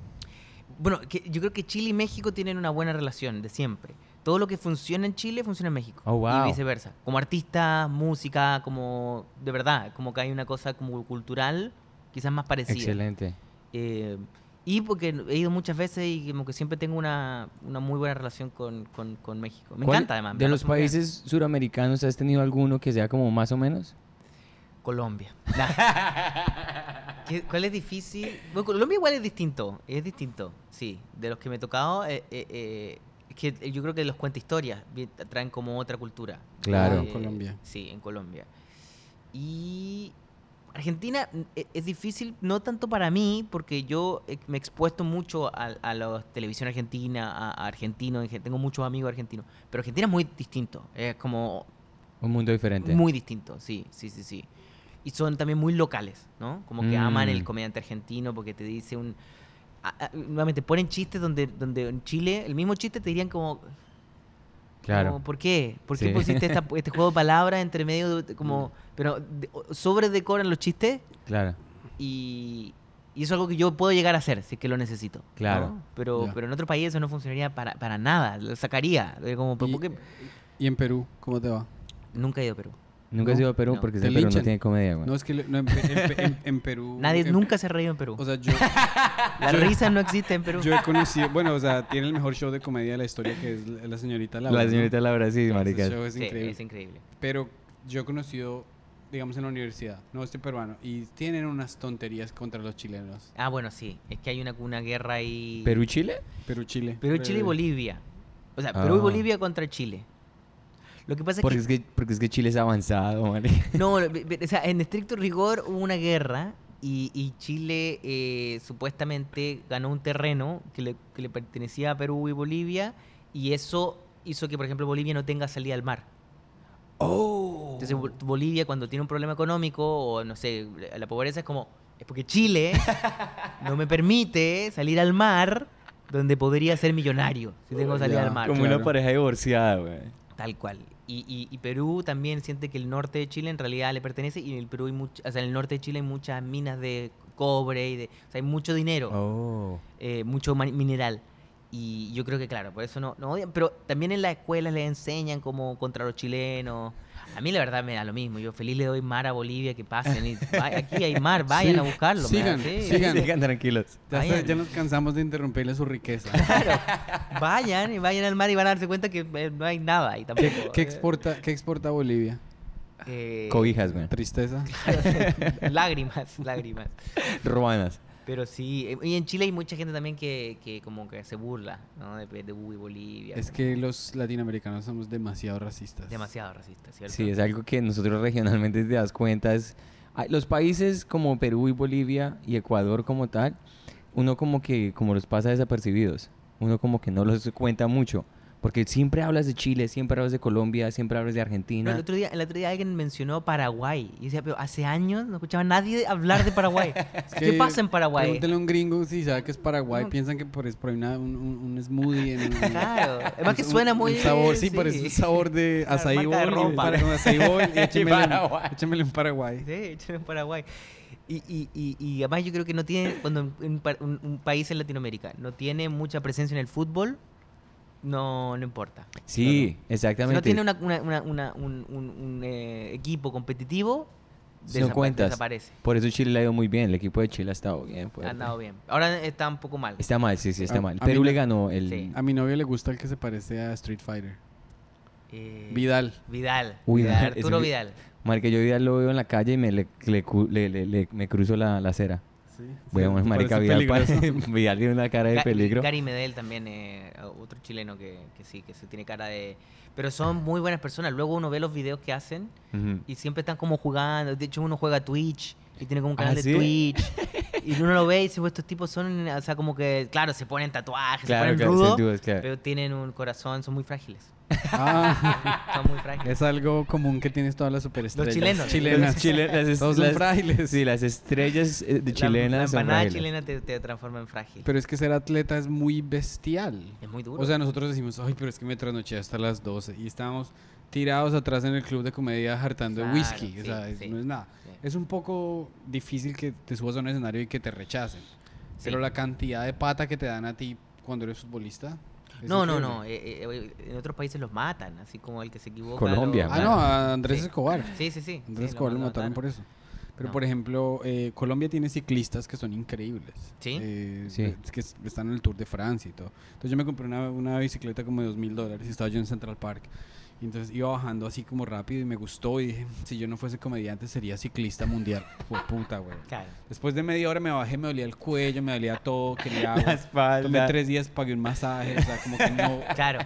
Speaker 1: Bueno, que yo creo que Chile y México tienen una buena relación de siempre. Todo lo que funciona en Chile funciona en México.
Speaker 3: Oh, wow.
Speaker 1: Y viceversa. Como artistas, música, como de verdad, como que hay una cosa como cultural quizás más parecida.
Speaker 3: Excelente.
Speaker 1: Eh, y porque he ido muchas veces y como que siempre tengo una, una muy buena relación con, con- con México. Me
Speaker 3: ¿Cuál
Speaker 1: encanta además. me
Speaker 3: De
Speaker 1: la
Speaker 3: los
Speaker 1: paso muy bien.
Speaker 3: países suramericanos, ¿has tenido alguno que sea como más o menos?
Speaker 1: Colombia. Nah. ¿Qué- ¿Cuál es difícil? Bueno, Colombia igual es distinto, es distinto, sí. De los que me he tocado, eh, eh, eh, es que yo creo que los cuenta historias traen como otra cultura. Eh,
Speaker 3: Claro.
Speaker 2: Ah, en Colombia.
Speaker 1: Sí, en Colombia. Y Argentina mm, e- es difícil, no tanto para mí, porque yo eh, me he expuesto mucho a, a la televisión argentina, a, a argentinos, en gen- tengo muchos amigos argentinos, pero Argentina es muy distinto, es como
Speaker 3: Un mundo diferente.
Speaker 1: muy distinto, sí, sí, sí, sí. Y son también muy locales, ¿no? Como que aman el
Speaker 3: Mm.
Speaker 1: comediante argentino porque te dice un... a- a- nuevamente, ponen chistes donde, donde en Chile, el mismo chiste te dirían como...
Speaker 3: claro.
Speaker 1: como, ¿Por qué? ¿Por qué
Speaker 3: Sí.
Speaker 1: pusiste
Speaker 2: <laughs>
Speaker 1: esta- este juego de palabras entre medio de,
Speaker 2: Mm.
Speaker 1: como... Pero de- o- sobredecoran los chistes
Speaker 3: Claro.
Speaker 1: y, y eso es algo que yo puedo llegar a hacer si es que lo necesito.
Speaker 3: Claro.
Speaker 1: ¿no? Pero,
Speaker 2: Ya.
Speaker 1: pero en otro país eso no funcionaría para, para nada. Lo sacaría. eh, Como, ¿por
Speaker 2: Y-
Speaker 1: qué?
Speaker 2: ¿Y en Perú cómo te va?
Speaker 1: Nunca he ido a Perú.
Speaker 3: Nunca
Speaker 2: No,
Speaker 3: has ido a Perú
Speaker 1: no.
Speaker 3: porque
Speaker 2: Te
Speaker 3: en Perú no
Speaker 2: linchan.
Speaker 3: tiene comedia, güey.
Speaker 2: No, es que le- no, en, Pe- en Pe- en- en Perú...
Speaker 1: <laughs> Nadie
Speaker 2: en-
Speaker 1: nunca se ha reído en Perú.
Speaker 2: O sea, yo,
Speaker 1: La
Speaker 2: yo-
Speaker 1: risa no existe
Speaker 2: <laughs>
Speaker 1: en <laughs> Perú.
Speaker 2: yo he conocido... Bueno, o sea, tiene el mejor show de comedia de la historia que es la la señorita Laura.
Speaker 3: La
Speaker 2: ¿no?
Speaker 3: señorita Laura, sí,
Speaker 2: Ese
Speaker 3: maricas.
Speaker 2: show es
Speaker 1: Sí,
Speaker 2: increíble.
Speaker 1: es increíble.
Speaker 2: Pero yo he conocido, digamos, en la universidad, no este peruano, y tienen unas tonterías contra los chilenos.
Speaker 1: Ah, bueno, sí. Es que hay una, una guerra ahí.
Speaker 3: ¿Perú y Chile?
Speaker 2: Perú, Chile.
Speaker 1: Perú, Chile y Bolivia. O sea, Perú
Speaker 3: Ah.
Speaker 1: y Bolivia contra Chile. Lo que pasa es
Speaker 3: Porque
Speaker 1: que
Speaker 3: es que, porque es que Chile es avanzado, marica.
Speaker 1: <laughs> No, lo- ve- ve- o sea, en estricto rigor hubo una guerra y, y Chile eh, supuestamente ganó un terreno que le, que le pertenecía a Perú y Bolivia y eso hizo que, por ejemplo, Bolivia no tenga salida al mar. Entonces Bol- Bolivia cuando tiene un problema económico o no sé, la- la pobreza es como, es porque Chile no me permite salir al mar donde podría ser millonario si tengo salida
Speaker 2: Ya,
Speaker 1: al mar.
Speaker 3: Como
Speaker 2: claro.
Speaker 3: una pareja divorciada, güey.
Speaker 1: Tal cual. Y, y- y Perú también siente que el norte de Chile en realidad le pertenece y en el Perú hay much- o sea, en el norte de Chile hay muchas minas de cobre y de, o sea, hay mucho dinero,
Speaker 3: Oh.
Speaker 1: eh, mucho ma- mineral. Y yo creo que claro, por eso no, no odian, pero también en las escuelas les enseñan como contra los chilenos. A mí la verdad me da lo mismo, yo feliz le doy mar a Bolivia que pasen.
Speaker 2: <laughs>
Speaker 1: y va- aquí hay mar, vayan
Speaker 2: Sí,
Speaker 1: a buscarlo. me da-
Speaker 2: sigan,
Speaker 1: sí,
Speaker 2: sigan.
Speaker 3: <laughs> Sigan tranquilos.
Speaker 2: Ya, está-
Speaker 1: Vayan.
Speaker 2: ya nos cansamos de interrumpirle
Speaker 1: <laughs>
Speaker 2: su riqueza.
Speaker 1: Vayan y vayan al mar y van a darse cuenta que eh, no hay nada ahí tampoco.
Speaker 2: ¿Qué, qué exporta, ¿Qué exporta Bolivia?
Speaker 1: Eh,
Speaker 3: Cobijas, güey.
Speaker 2: Tristeza.
Speaker 1: <laughs> lágrimas, lágrimas.
Speaker 3: Ruanas.
Speaker 1: Pero sí, eh, y en Chile hay mucha gente también que, que como que se burla, ¿no? De, de Uy, Bolivia.
Speaker 2: Es
Speaker 1: como
Speaker 2: que los latinoamericanos somos demasiado racistas.
Speaker 1: Demasiado racista, ¿cierto?
Speaker 3: Sí, es algo que nosotros regionalmente te das cuenta. Es, ay, los países como Perú y Bolivia y Ecuador como tal, uno como que como los pasa desapercibidos. Uno como que no los cuenta mucho. Porque siempre hablas de Chile, siempre hablas de Colombia, siempre hablas de
Speaker 1: No,
Speaker 3: Argentina.
Speaker 1: el, otro día, el otro día alguien mencionó Paraguay. Y decía, pero hace años no escuchaba a nadie hablar de
Speaker 2: <laughs>
Speaker 1: Paraguay.
Speaker 2: Es
Speaker 1: ¿Qué
Speaker 2: que
Speaker 1: pasa en Paraguay?
Speaker 2: Pregúntale a un gringo si sabe que es Paraguay.
Speaker 1: No.
Speaker 2: Piensan que por, es por ahí una- un, un- un smoothie. En un,
Speaker 1: Claro. Además que
Speaker 2: un-
Speaker 1: suena
Speaker 2: un
Speaker 1: muy...
Speaker 2: sabor, sí, parece un sabor de
Speaker 1: Claro,
Speaker 2: azaí
Speaker 1: marca de
Speaker 2: bowl. y
Speaker 1: ropa.
Speaker 2: para- no, Azaí bowl.
Speaker 1: <laughs>
Speaker 2: y échamelo en-
Speaker 3: Paraguay.
Speaker 2: échamelo en Paraguay.
Speaker 1: Sí, hecho en Paraguay. Y, y, y, y además yo creo que no tiene, cuando un, un pa- un- un país en Latinoamérica no tiene mucha presencia en el fútbol, no, no importa.
Speaker 3: Sí,
Speaker 1: Si no
Speaker 3: exactamente.
Speaker 1: tiene una, una- una- una- un, un- un, eh, equipo competitivo,
Speaker 3: Si no
Speaker 1: desapa-
Speaker 3: cuentas.
Speaker 1: desaparece.
Speaker 3: Por eso Chile le ha ido muy bien. El equipo de Chile ha estado bien.
Speaker 1: Ha
Speaker 3: fuerte. Este,
Speaker 1: andado bien. Ahora está un poco mal.
Speaker 3: Está mal, sí, sí, está
Speaker 2: A-
Speaker 3: mal.
Speaker 2: Ah, a
Speaker 3: Perú
Speaker 2: mí
Speaker 3: le
Speaker 2: no-
Speaker 3: ganó el...
Speaker 1: Sí.
Speaker 2: A mi novio le gusta el que se parece a Street Fighter.
Speaker 1: Eh,
Speaker 2: Vidal.
Speaker 1: Vidal.
Speaker 3: Uy,
Speaker 1: Vidal,
Speaker 3: Vidal, ese
Speaker 1: Arturo
Speaker 3: vi-
Speaker 1: Vidal.
Speaker 3: Marca, yo hoy día lo veo en la calle y me, le, le cu- le- le- le- me cruzo la, la acera.
Speaker 2: Sí.
Speaker 3: Bueno, marica, Vidal, pues. <laughs> parece- Vidal tiene una cara de
Speaker 1: Ga-
Speaker 3: peligro.
Speaker 1: Gary Medel también, eh, otro chileno que, que sí, que se tiene cara de... Pero son muy buenas personas. Luego uno ve los videos que hacen
Speaker 3: Ujú.
Speaker 1: y siempre están como jugando. De hecho, uno juega Twitch y tiene como un
Speaker 3: ¿Ah,
Speaker 1: canal
Speaker 3: sí?
Speaker 1: de
Speaker 3: <laughs>
Speaker 1: Twitch. Y uno lo ve y dice, "Pues, estos tipos son, o sea, como que, claro, se ponen tatuajes,
Speaker 3: Claro,
Speaker 1: se
Speaker 3: claro,
Speaker 1: ponen
Speaker 3: sin
Speaker 1: rudos,
Speaker 3: dudas, claro.
Speaker 1: pero tienen un corazón, son muy frágiles.
Speaker 2: Ah,
Speaker 1: Son muy frágiles.
Speaker 2: es algo común que tienes todas las superestrellas.
Speaker 1: chilenos.
Speaker 2: Chilenas.
Speaker 3: Las chile-
Speaker 1: <laughs>
Speaker 3: las est-
Speaker 2: Todos son
Speaker 3: las-
Speaker 2: frágiles.
Speaker 3: Sí, las estrellas eh, de
Speaker 1: La-
Speaker 3: chilenas
Speaker 1: La,
Speaker 3: son
Speaker 1: empanada
Speaker 3: frágiles.
Speaker 1: chilena te, te transforma en frágil.
Speaker 2: Pero es que ser atleta es muy bestial.
Speaker 1: es muy duro.
Speaker 2: O sea, nosotros decimos, ay, pero es que me trasnoché hasta las 12 y estábamos tirados atrás en el club de comedia hartando
Speaker 1: Claro,
Speaker 2: whisky. o
Speaker 1: sí,
Speaker 2: sea, es-
Speaker 1: sí.
Speaker 2: no es nada.
Speaker 1: Sí.
Speaker 2: Es un poco difícil que te subas a un escenario y que te rechacen.
Speaker 1: Sí.
Speaker 2: Pero la cantidad de pata que te dan a ti cuando eres futbolista. es
Speaker 1: no, no,
Speaker 2: increíble.
Speaker 1: no. eh, eh, eh, en otros países los matan, así como el que se equivoca.
Speaker 3: Colombia,
Speaker 1: lo-
Speaker 2: Ah, no, a Andrés
Speaker 1: Sí.
Speaker 2: Escobar.
Speaker 1: Sí, sí, sí.
Speaker 2: Andrés
Speaker 1: sí,
Speaker 2: Escobar lo
Speaker 1: mat-
Speaker 2: mataron por eso. Pero,
Speaker 1: No.
Speaker 2: por ejemplo, eh, Colombia tiene ciclistas que son increíbles.
Speaker 1: Sí.
Speaker 2: Eh,
Speaker 3: Sí.
Speaker 2: es que es- están en el Tour de Francia y todo. Entonces yo me compré una, una bicicleta como de dos mil dólares y estaba yo en Central Park. Y entonces iba bajando así como rápido y me gustó y dije, si yo no fuese comediante sería ciclista mundial.
Speaker 1: <laughs>
Speaker 2: Fue puta, güey.
Speaker 1: Claro.
Speaker 2: Después de media hora me bajé, me dolía el cuello, me dolía todo,
Speaker 1: <laughs>
Speaker 2: quería
Speaker 3: <laughs> La
Speaker 2: agua.
Speaker 3: espalda.
Speaker 2: Tomé tres días, pagué un masaje, o sea, como
Speaker 1: <laughs>
Speaker 2: que no...
Speaker 1: Claro.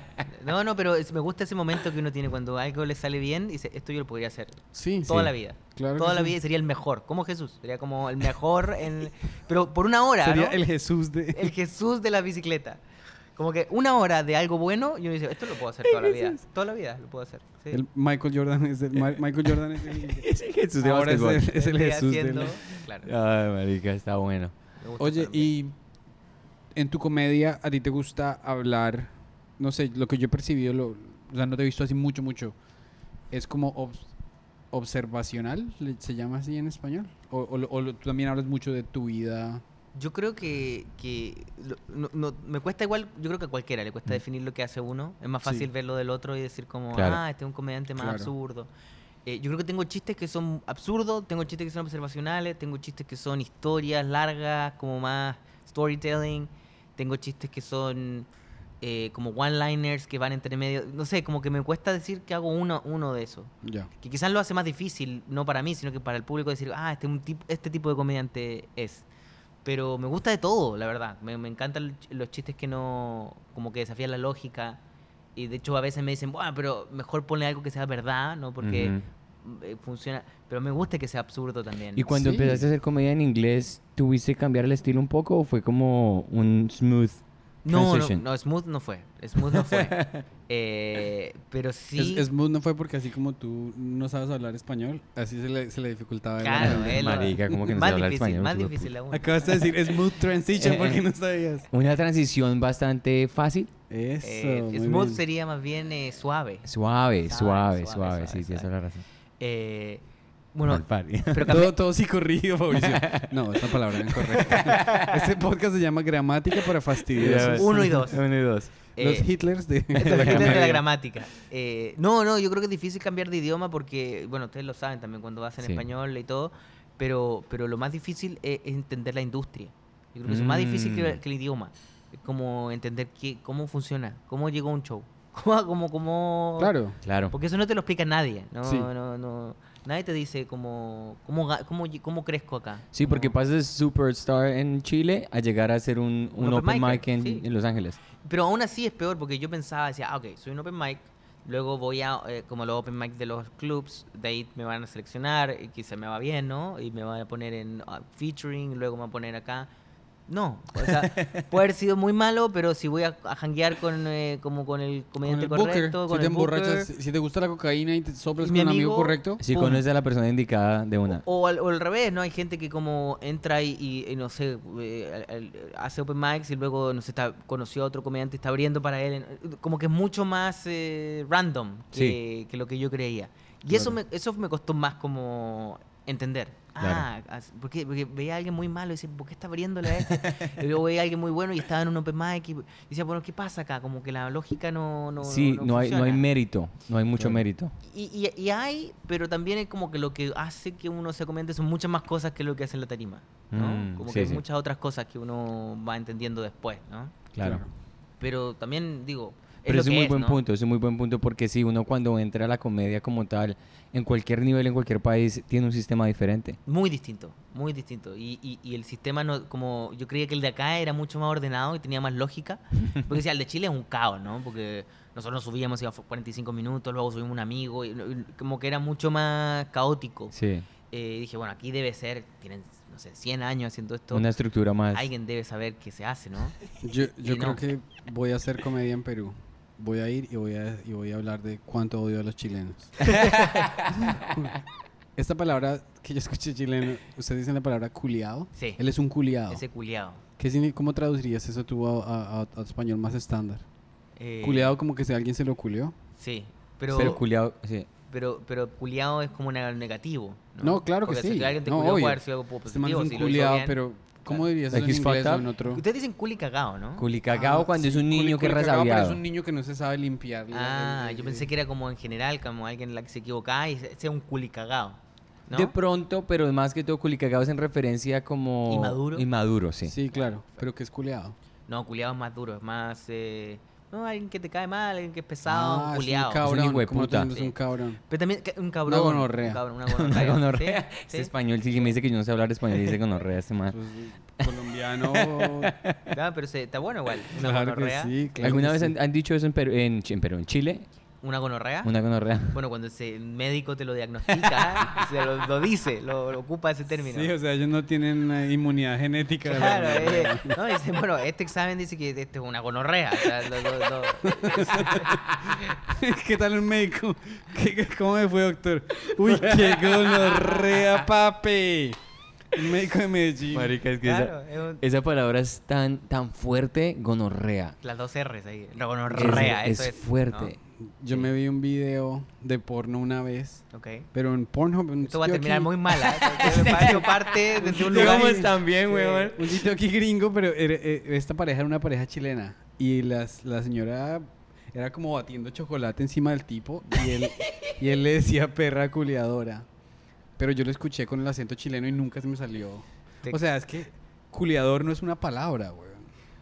Speaker 1: No, no, pero es- me gusta ese momento que uno tiene cuando algo le sale bien y dice, esto yo lo podría hacer
Speaker 2: Sí,
Speaker 1: toda
Speaker 2: sí.
Speaker 1: la vida.
Speaker 2: Claro
Speaker 1: toda
Speaker 2: que
Speaker 1: la
Speaker 2: sí.
Speaker 1: vida y sería el mejor. Como Jesús. Sería como el mejor, en- pero por una hora.
Speaker 2: Sería
Speaker 1: ¿no?
Speaker 2: el Jesús de...
Speaker 1: <laughs>
Speaker 3: <laughs>
Speaker 1: El Jesús de la bicicleta. Como que una hora de algo bueno y uno dice, esto lo puedo hacer
Speaker 2: <laughs>
Speaker 1: toda la vida. Toda la vida Eh. lo puedo hacer. Sí.
Speaker 2: El <laughs> Michael Jordan es el... Ma- Michael Jordan es
Speaker 1: <laughs>
Speaker 2: el...
Speaker 3: Es el Jesús de
Speaker 2: Ahora es
Speaker 3: básquetbol.
Speaker 2: el- es el
Speaker 1: Vendría
Speaker 2: Jesús
Speaker 1: siendo-
Speaker 2: del... <laughs>
Speaker 1: claro,
Speaker 3: Ay, marica, está bueno.
Speaker 1: me gusta
Speaker 2: Oye,
Speaker 1: también.
Speaker 2: y en tu comedia, ¿a ti te gusta hablar? No sé, lo que yo he percibido, lo, o sea, no te he visto así mucho, mucho. ¿Es como obs- observacional? le- ¿Se llama así en español? ¿O, o lo- o lo- tú también hablas mucho de tu vida?
Speaker 1: Yo creo que, que lo- no, no- me cuesta igual, yo creo que a cualquiera le cuesta definir lo que hace uno. Es más
Speaker 2: Mm. Sí.
Speaker 1: fácil ver lo del otro y decir como,
Speaker 3: Claro.
Speaker 1: ah, este es un comediante más
Speaker 2: Claro.
Speaker 1: absurdo. Eh, yo creo que tengo chistes que son absurdos, tengo chistes que son observacionales, tengo chistes que son historias largas, como más storytelling, tengo chistes que son eh, como one-liners que van entre medio. No sé, como que me cuesta decir que hago uno, uno de esos
Speaker 2: Ya.
Speaker 1: que quizás lo hace más difícil, no para mí, sino que para el público decir, ah, este, un tip- este tipo de comediante es. Pero me gusta de todo, la verdad. Me, me encantan los ch- los chistes que no, como que desafían la lógica. Y de hecho a veces me dicen, bueno, pero mejor ponle algo que sea verdad, ¿no? Porque eh, funciona. Pero me gusta que sea absurdo también.
Speaker 3: ¿Y cuando
Speaker 2: Sí.
Speaker 3: empezaste a hacer comedia en inglés, tuviste que cambiar el estilo un poco o fue como un smooth
Speaker 1: no, no,
Speaker 3: transition?
Speaker 1: no, Smooth no fue. Smooth no fue.
Speaker 3: <laughs>
Speaker 1: Eh, pero sí...
Speaker 2: Es, Smooth no fue porque así como tú no sabes hablar español, así se le, se le dificultaba. el
Speaker 1: Claro,
Speaker 2: <laughs>
Speaker 1: eh.
Speaker 2: hablar.
Speaker 1: él-
Speaker 3: Marica, ¿cómo que
Speaker 1: <laughs>
Speaker 3: no
Speaker 1: más
Speaker 3: sabe hablar
Speaker 1: difícil,
Speaker 3: español?
Speaker 1: más
Speaker 3: Hijo de
Speaker 1: difícil aún.
Speaker 2: Acabas de decir Smooth
Speaker 1: Eh,
Speaker 2: Transition porque no sabías.
Speaker 3: Una transición bastante fácil.
Speaker 2: Eso.
Speaker 1: Eh,
Speaker 2: muy
Speaker 1: smooth
Speaker 2: bien.
Speaker 1: sería más bien eh, suave.
Speaker 3: Suave,
Speaker 1: Suave,
Speaker 3: suave,
Speaker 1: suave,
Speaker 3: suave, sí, tienes toda
Speaker 1: suave.
Speaker 3: la razón.
Speaker 1: Eh, bueno,
Speaker 3: Mal pari.
Speaker 1: pero cambié-
Speaker 2: Todo, todo sí corrido, Mauricio. No, esa palabra no es correcta. Este podcast se llama Gramática para Fastidiosos.
Speaker 1: Uno y dos.
Speaker 3: <laughs> Uno y dos.
Speaker 1: eh,
Speaker 2: Los Hitlers de, de
Speaker 1: <laughs> Esto
Speaker 2: la
Speaker 1: es de
Speaker 2: comedia.
Speaker 1: la gramática. Eh, no, no, yo creo que es difícil cambiar de idioma porque, bueno, ustedes lo saben también cuando hacen
Speaker 3: Sí.
Speaker 1: español y todo, pero, pero lo más difícil es, es entender la industria. Yo creo que eso es más difícil que,
Speaker 3: Mm.
Speaker 1: que el idioma. Es Como entender qué, cómo funciona, cómo llegó un show. <laughs> Cómo, cómo, cómo-
Speaker 2: Claro.
Speaker 3: Claro.
Speaker 1: Porque eso no te lo explica nadie. No,
Speaker 2: Sí.
Speaker 1: no, no. Nadie te dice cómo, cómo, ga- cómo, lle- cómo crezco acá.
Speaker 3: Sí, porque
Speaker 1: Cómo-
Speaker 3: pasas de superstar en Chile a llegar a ser un, un
Speaker 1: Un open
Speaker 3: open, mic
Speaker 1: micer,
Speaker 3: en,
Speaker 1: sí. Oh,
Speaker 3: en Los Ángeles.
Speaker 1: Pero aún así es peor porque yo pensaba, decía, ah, ok, soy un open mic, luego voy a, eh, como los open mic de los clubs, de ahí me van a seleccionar, y quizá me va bien, ¿no? Y me van a poner en ah, featuring, luego me van a poner acá. No, o
Speaker 2: <laughs>
Speaker 1: sea, puede haber sido muy malo, pero si voy a, a janguear con, eh, como con el comediante
Speaker 2: Con el booker,
Speaker 1: correcto, con
Speaker 2: si te
Speaker 1: el booker,
Speaker 2: emborrachas, si te gusta la cocaína y te soplas
Speaker 1: Y
Speaker 2: con
Speaker 1: mi
Speaker 2: el amigo
Speaker 1: amigo-
Speaker 2: correcto.
Speaker 3: Si
Speaker 2: ¡pum!
Speaker 3: conoces a la persona indicada de una.
Speaker 1: O al, o al revés, ¿no? Hay gente que como entra y, y- y no sé, eh, al- al- hace open mics y luego, no sé, está, conoció a otro comediante y está abriendo para él. en- Como que es mucho más eh, random que,
Speaker 3: Sí.
Speaker 1: que lo que yo creía. Y eso, me, eso me costó más como entender.
Speaker 3: Claro.
Speaker 1: Ah, as- porque, porque veía a alguien muy malo y decía, ¿por qué está abriéndole a este? y luego veía a alguien muy bueno y estaba en un open mic y, y decía, bueno, ¿qué pasa acá? Como que la lógica no... no
Speaker 3: sí, no, hay, no hay
Speaker 1: funciona.
Speaker 3: mérito, no hay mucho
Speaker 2: Claro.
Speaker 3: mérito.
Speaker 1: Y, y- y hay, pero también es como que lo que hace que uno sea comediante son muchas más cosas que lo que hace en la tarima, ¿no?
Speaker 3: Mm,
Speaker 1: como
Speaker 3: sí,
Speaker 1: que hay
Speaker 3: sí.
Speaker 1: muchas otras cosas que uno va entendiendo después, ¿no?
Speaker 3: Claro.
Speaker 1: Pero también, digo, es
Speaker 3: Pero
Speaker 1: lo
Speaker 3: es un
Speaker 1: que
Speaker 3: muy
Speaker 1: es,
Speaker 3: buen
Speaker 1: ¿no?
Speaker 3: punto, es un muy buen punto porque si uno cuando entra a la comedia como tal, en cualquier nivel, en cualquier país, tiene un sistema diferente.
Speaker 1: Muy distinto, muy distinto. Y, y- y el sistema, no, como yo creía que el de acá era mucho más ordenado y tenía más lógica.
Speaker 3: <laughs>
Speaker 1: Porque decía, el de Chile es un caos, ¿no? Porque nosotros nos subíamos, iba 45 minutos, luego subimos un amigo, y- y como que era mucho más caótico.
Speaker 3: Sí.
Speaker 1: Eh, dije, bueno, aquí debe ser, tienen, no sé, 100 años haciendo esto.
Speaker 3: Una estructura más.
Speaker 1: Alguien debe saber qué se hace, ¿no?
Speaker 2: Yo, yo
Speaker 1: Y
Speaker 2: creo
Speaker 1: no.
Speaker 2: que voy a hacer comedia en Perú. Voy a ir y voy a, y voy a hablar de cuánto odio a los
Speaker 1: <laughs>
Speaker 2: chilenos. Esta palabra que yo escuché chileno, ustedes dicen la palabra culiado.
Speaker 1: Sí.
Speaker 2: Él es un culiado.
Speaker 1: Ese culiado.
Speaker 2: ¿Qué signi- ¿Cómo traducirías eso tú a, a- a- a español más estándar?
Speaker 1: Eh,
Speaker 2: Culeado como que si alguien se lo culió.
Speaker 1: Sí. Pero,
Speaker 3: pero,
Speaker 1: pero,
Speaker 3: culiao- sí.
Speaker 1: pero, culiado es como un negativo. No,
Speaker 2: No, claro que
Speaker 1: Porque si
Speaker 2: sí.
Speaker 1: alguien te
Speaker 2: No,
Speaker 1: culiao,
Speaker 2: obvio.
Speaker 1: puede haber sido algo
Speaker 2: Este man es
Speaker 1: positivo.
Speaker 2: un
Speaker 1: si lo hizo
Speaker 2: culiado,
Speaker 1: bien.
Speaker 2: pero ¿cómo dirías eso en
Speaker 3: Like he's
Speaker 2: inglés
Speaker 3: fucked
Speaker 2: o
Speaker 3: up.
Speaker 2: en otro?
Speaker 1: Ustedes dicen culi cagado, ¿no?
Speaker 3: Culicagao
Speaker 2: Ah,
Speaker 3: cuando es
Speaker 2: sí,
Speaker 3: un niño
Speaker 2: culi-
Speaker 3: que es
Speaker 2: culicagao, pero Es
Speaker 3: rasabiado.
Speaker 2: un niño que no se sabe limpiar. la-
Speaker 1: Ah,
Speaker 2: el-
Speaker 1: yo pensé que era como en general, como alguien la que se equivocaba y se- sea un culi cagado. ¿No?
Speaker 3: De pronto, pero más que todo, culicagao es en referencia como...
Speaker 1: Inmaduro.
Speaker 3: Inmaduro, sí.
Speaker 2: Sí, claro, pero que es culeado.
Speaker 1: No, culiado es más duro, es más. eh, No, alguien que te cae mal, alguien que es pesado,
Speaker 2: Ah,
Speaker 1: un
Speaker 2: es
Speaker 1: culiado.
Speaker 2: un cabrón.
Speaker 3: hijo de
Speaker 2: como
Speaker 3: puta.
Speaker 2: tú dices, un cabrón.
Speaker 1: Pero también ca- un cabrón.
Speaker 2: gonorrea.
Speaker 1: Un
Speaker 2: <laughs>
Speaker 1: cabrón, una
Speaker 3: <laughs> Una
Speaker 1: gonorrea.
Speaker 3: gonorrea.
Speaker 1: Sí,
Speaker 3: Este
Speaker 1: sí.
Speaker 3: español sí que me dice que yo no sé hablar español y dice gonorrea este
Speaker 1: <laughs>
Speaker 3: man.
Speaker 2: Pues, colombiano.
Speaker 1: Ah, pero se- está bueno igual. Una
Speaker 2: claro que
Speaker 1: gonorrea.
Speaker 2: sí. claro
Speaker 3: ¿Alguna
Speaker 2: que
Speaker 3: vez
Speaker 2: sí.
Speaker 3: han, han dicho eso en Perú, en, Chi- en Perú, en Chile?
Speaker 1: Una gonorrea.
Speaker 3: Una gonorrea.
Speaker 1: Bueno, cuando ese médico te lo diagnostica, <laughs> se lo, lo dice, lo, lo ocupa ese término.
Speaker 2: Sí, o sea, ellos no tienen eh, inmunidad genética.
Speaker 1: Claro,
Speaker 2: ¿verdad?
Speaker 1: eh, <laughs> no, dice, bueno, este examen dice que este es una gonorrea. o sea, lo- lo-
Speaker 2: <laughs>
Speaker 1: lo-
Speaker 2: ¿Qué tal un médico? ¿Qué- qué- ¿Cómo me fue, doctor? Uy, qué gonorrea, papi. Un médico de Medellín.
Speaker 3: <laughs> Marica, es que
Speaker 1: claro,
Speaker 3: esa,
Speaker 1: es un-
Speaker 3: esa palabra es tan, tan fuerte, gonorrea.
Speaker 1: las dos R's ahí. La gonorrea,
Speaker 3: es,
Speaker 1: eso
Speaker 3: es
Speaker 1: es.
Speaker 3: fuerte.
Speaker 2: Yo me vi un video de porno una vez,
Speaker 1: ¿no? Ok.
Speaker 2: pero en Pornhub. en un
Speaker 1: Esto va a
Speaker 2: sitio
Speaker 1: terminar
Speaker 2: aquí-
Speaker 1: muy ¿eh?
Speaker 2: <laughs>
Speaker 1: mala. Esto parte <laughs> desde un lugar.
Speaker 2: Digamos
Speaker 3: también,
Speaker 1: Sí.
Speaker 3: weón.
Speaker 2: Un sitio aquí gringo, pero era- eh, esta pareja era una pareja chilena. Y las, la señora era como batiendo chocolate encima del tipo. Y él, y él le decía perra culeadora. Pero yo lo escuché con el acento chileno y nunca se me salió.
Speaker 1: Te-
Speaker 2: O sea, es que culeador no es una palabra, weón.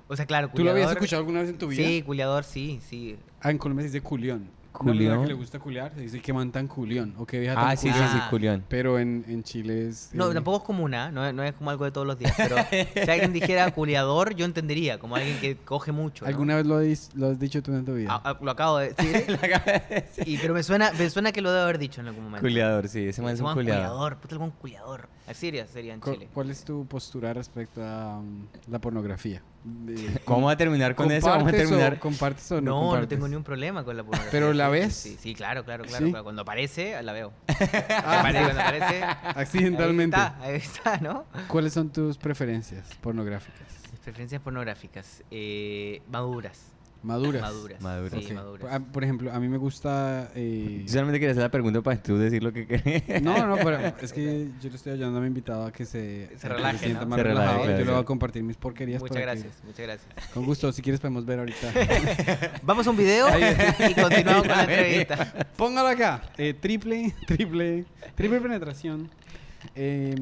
Speaker 1: O sea, claro,
Speaker 2: ¿Tú lo habías
Speaker 1: culiador-
Speaker 2: escuchado alguna vez en tu vida?
Speaker 1: Sí, culiador, sí, sí.
Speaker 2: Ah, en Colombia se dice culión.
Speaker 3: Culión.
Speaker 2: Una persona que le gusta culear se dice que man tan culión. O que vieja tan
Speaker 3: Ah, sí, sí,
Speaker 2: culión.
Speaker 3: sí,
Speaker 1: Ah.
Speaker 3: culión.
Speaker 2: Pero en, en Chile es...
Speaker 1: No,
Speaker 2: eh,
Speaker 1: tampoco es como una, no, es- no es como algo de todos los días,
Speaker 2: <laughs>
Speaker 1: pero si alguien dijera culiador, yo entendería, como alguien que coge mucho. ¿no?
Speaker 2: ¿Alguna vez lo, dis- lo has dicho tú en tu vida?
Speaker 1: A- a- Ah, <laughs> lo acabo de decir, y, pero me suena, me suena que lo debo haber dicho en algún momento.
Speaker 3: Culeador, sí, ese man es un
Speaker 1: Juan
Speaker 3: culeador.
Speaker 1: puta algún culiador. Así sería, sería en
Speaker 2: Cu-
Speaker 1: Chile.
Speaker 2: ¿Cuál es tu postura respecto a um, la pornografía?
Speaker 1: <laughs>
Speaker 2: De-
Speaker 3: ¿Cómo va a terminar con eso? Vamos a
Speaker 2: ¿Compartes o-
Speaker 3: terminar.
Speaker 2: ¿Compartes o no?
Speaker 1: No, no
Speaker 2: compartes?
Speaker 1: tengo ni un problema
Speaker 2: <laughs>
Speaker 1: con la pornografía.
Speaker 2: ¿Pero la
Speaker 1: sí, sí,
Speaker 2: ves?
Speaker 1: Sí, sí, claro, claro, claro.
Speaker 2: ¿Sí?
Speaker 1: claro. Cuando aparece, la veo.
Speaker 2: <laughs> Ah,
Speaker 1: Aparece,
Speaker 2: sí.
Speaker 1: cuando aparece. ahí
Speaker 2: Accidentalmente.
Speaker 1: está, Ahí está, ¿no?
Speaker 2: ¿Cuáles son tus preferencias pornográficas?
Speaker 1: Mis preferencias pornográficas. eh, maduras.
Speaker 2: Maduras.
Speaker 1: Maduras.
Speaker 3: Maduras.
Speaker 1: Sí,
Speaker 2: Ok.
Speaker 1: maduras.
Speaker 2: Ah, por ejemplo, a mí me gusta.
Speaker 1: <laughs>
Speaker 2: eh,
Speaker 3: Yo solamente quería hacer la pregunta para tú decir lo que querés.
Speaker 2: No, no, pero es que yo le estoy ayudando a mi invitado a que se, a que
Speaker 1: relaje,
Speaker 2: sienta
Speaker 1: ¿no?
Speaker 2: más
Speaker 3: Se relaje,
Speaker 2: relajado.
Speaker 3: claro,
Speaker 2: Yo le voy a
Speaker 3: claro.
Speaker 2: compartir mis porquerías.
Speaker 1: Muchas
Speaker 2: para que-
Speaker 1: gracias, muchas gracias.
Speaker 2: <laughs> Con gusto, si quieres podemos ver ahorita.
Speaker 1: <laughs> Vamos a un video y continuamos
Speaker 2: <laughs>
Speaker 1: con la entrevista.
Speaker 2: Póngalo acá. Eh, triple, <laughs> triple, triple penetración. Eh,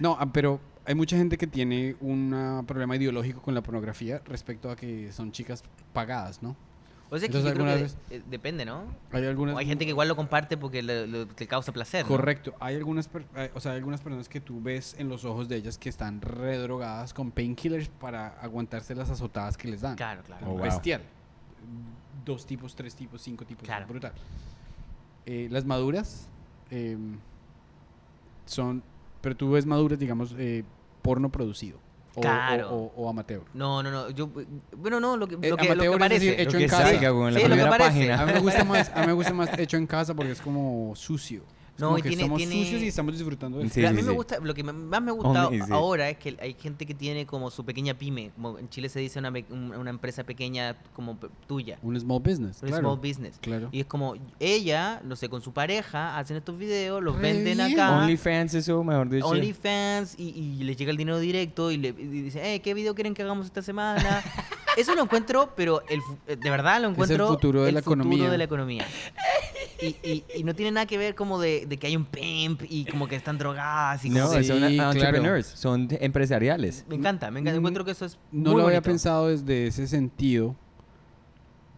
Speaker 2: no, ah, pero hay mucha gente que tiene un problema ideológico con la pornografía respecto a que son chicas pagadas, ¿no?
Speaker 1: O sea que
Speaker 2: Entonces,
Speaker 1: yo creo
Speaker 2: alguna
Speaker 1: que
Speaker 2: vez-
Speaker 1: eh, depende, ¿no?
Speaker 2: Hay algunas.
Speaker 1: O hay gente que igual lo comparte porque le, le- le causa placer. ¿no?
Speaker 2: Correcto. Hay algunas, per- hay- o sea, hay algunas personas que tú ves en los ojos de ellas que están redrogadas con painkillers para aguantarse las azotadas que les dan.
Speaker 1: Claro, claro.
Speaker 3: Oh, wow.
Speaker 2: Bestial. Dos tipos, tres tipos, cinco tipos.
Speaker 1: Claro.
Speaker 2: Brutal. Eh, las maduras eh, son. Pero tú ves maduras, digamos, eh, porno producido. O,
Speaker 1: Claro.
Speaker 2: o- o- o
Speaker 3: <laughs>
Speaker 2: amateur.
Speaker 1: No, no, no. Yo, bueno, no, lo que,
Speaker 2: Eh,
Speaker 1: lo que, lo que
Speaker 2: amateur es
Speaker 1: aparece.
Speaker 2: decir, hecho
Speaker 3: Lo que
Speaker 2: en casa.
Speaker 3: salga, güey, en la
Speaker 1: Sí, lo que
Speaker 3: primera
Speaker 1: aparece.
Speaker 2: A
Speaker 3: página.
Speaker 2: mí me gusta más, a mí me gusta más hecho en casa porque es como sucio. Es
Speaker 1: No,
Speaker 2: como
Speaker 1: y
Speaker 2: que
Speaker 1: tiene-
Speaker 2: estamos
Speaker 1: tiene-
Speaker 2: sucios y estamos disfrutando de
Speaker 3: Sí,
Speaker 1: Pero a
Speaker 3: sí,
Speaker 1: mí me
Speaker 3: sí.
Speaker 1: gusta, lo que me- más me ha gustado
Speaker 3: Hombre, sí.
Speaker 1: ahora es que hay gente que tiene como su pequeña pyme. Como en Chile se dice una, pe- un- una empresa pequeña como pe- tuya.
Speaker 2: Un small business,
Speaker 1: Un
Speaker 2: claro.
Speaker 1: small business.
Speaker 2: Claro.
Speaker 1: Y es como ella, no sé, con su pareja, hacen estos videos, los
Speaker 2: Re
Speaker 1: venden
Speaker 2: bien.
Speaker 1: acá.
Speaker 3: OnlyFans, eso, mejor dicho.
Speaker 1: OnlyFans y, y les llega el dinero directo y le y dicen, "Eh, ¿qué video quieren que hagamos esta
Speaker 2: <laughs>
Speaker 1: semana? Eso lo encuentro, pero el, fu- eh, de verdad lo
Speaker 2: el
Speaker 1: encuentro.
Speaker 2: futuro de la
Speaker 1: futuro
Speaker 2: economía.
Speaker 1: de la economía. Y, y- y no tiene nada que ver como de, de que hay un pimp y como que están drogadas y como
Speaker 3: No,
Speaker 1: que-
Speaker 2: Sí,
Speaker 3: son
Speaker 2: claro.
Speaker 3: entrepreneurs, son empresariales.
Speaker 1: Me encanta, me encanta.
Speaker 2: Mm,
Speaker 1: Encuentro que eso es.
Speaker 2: No
Speaker 1: muy
Speaker 2: lo había
Speaker 1: bonito.
Speaker 2: pensado desde ese sentido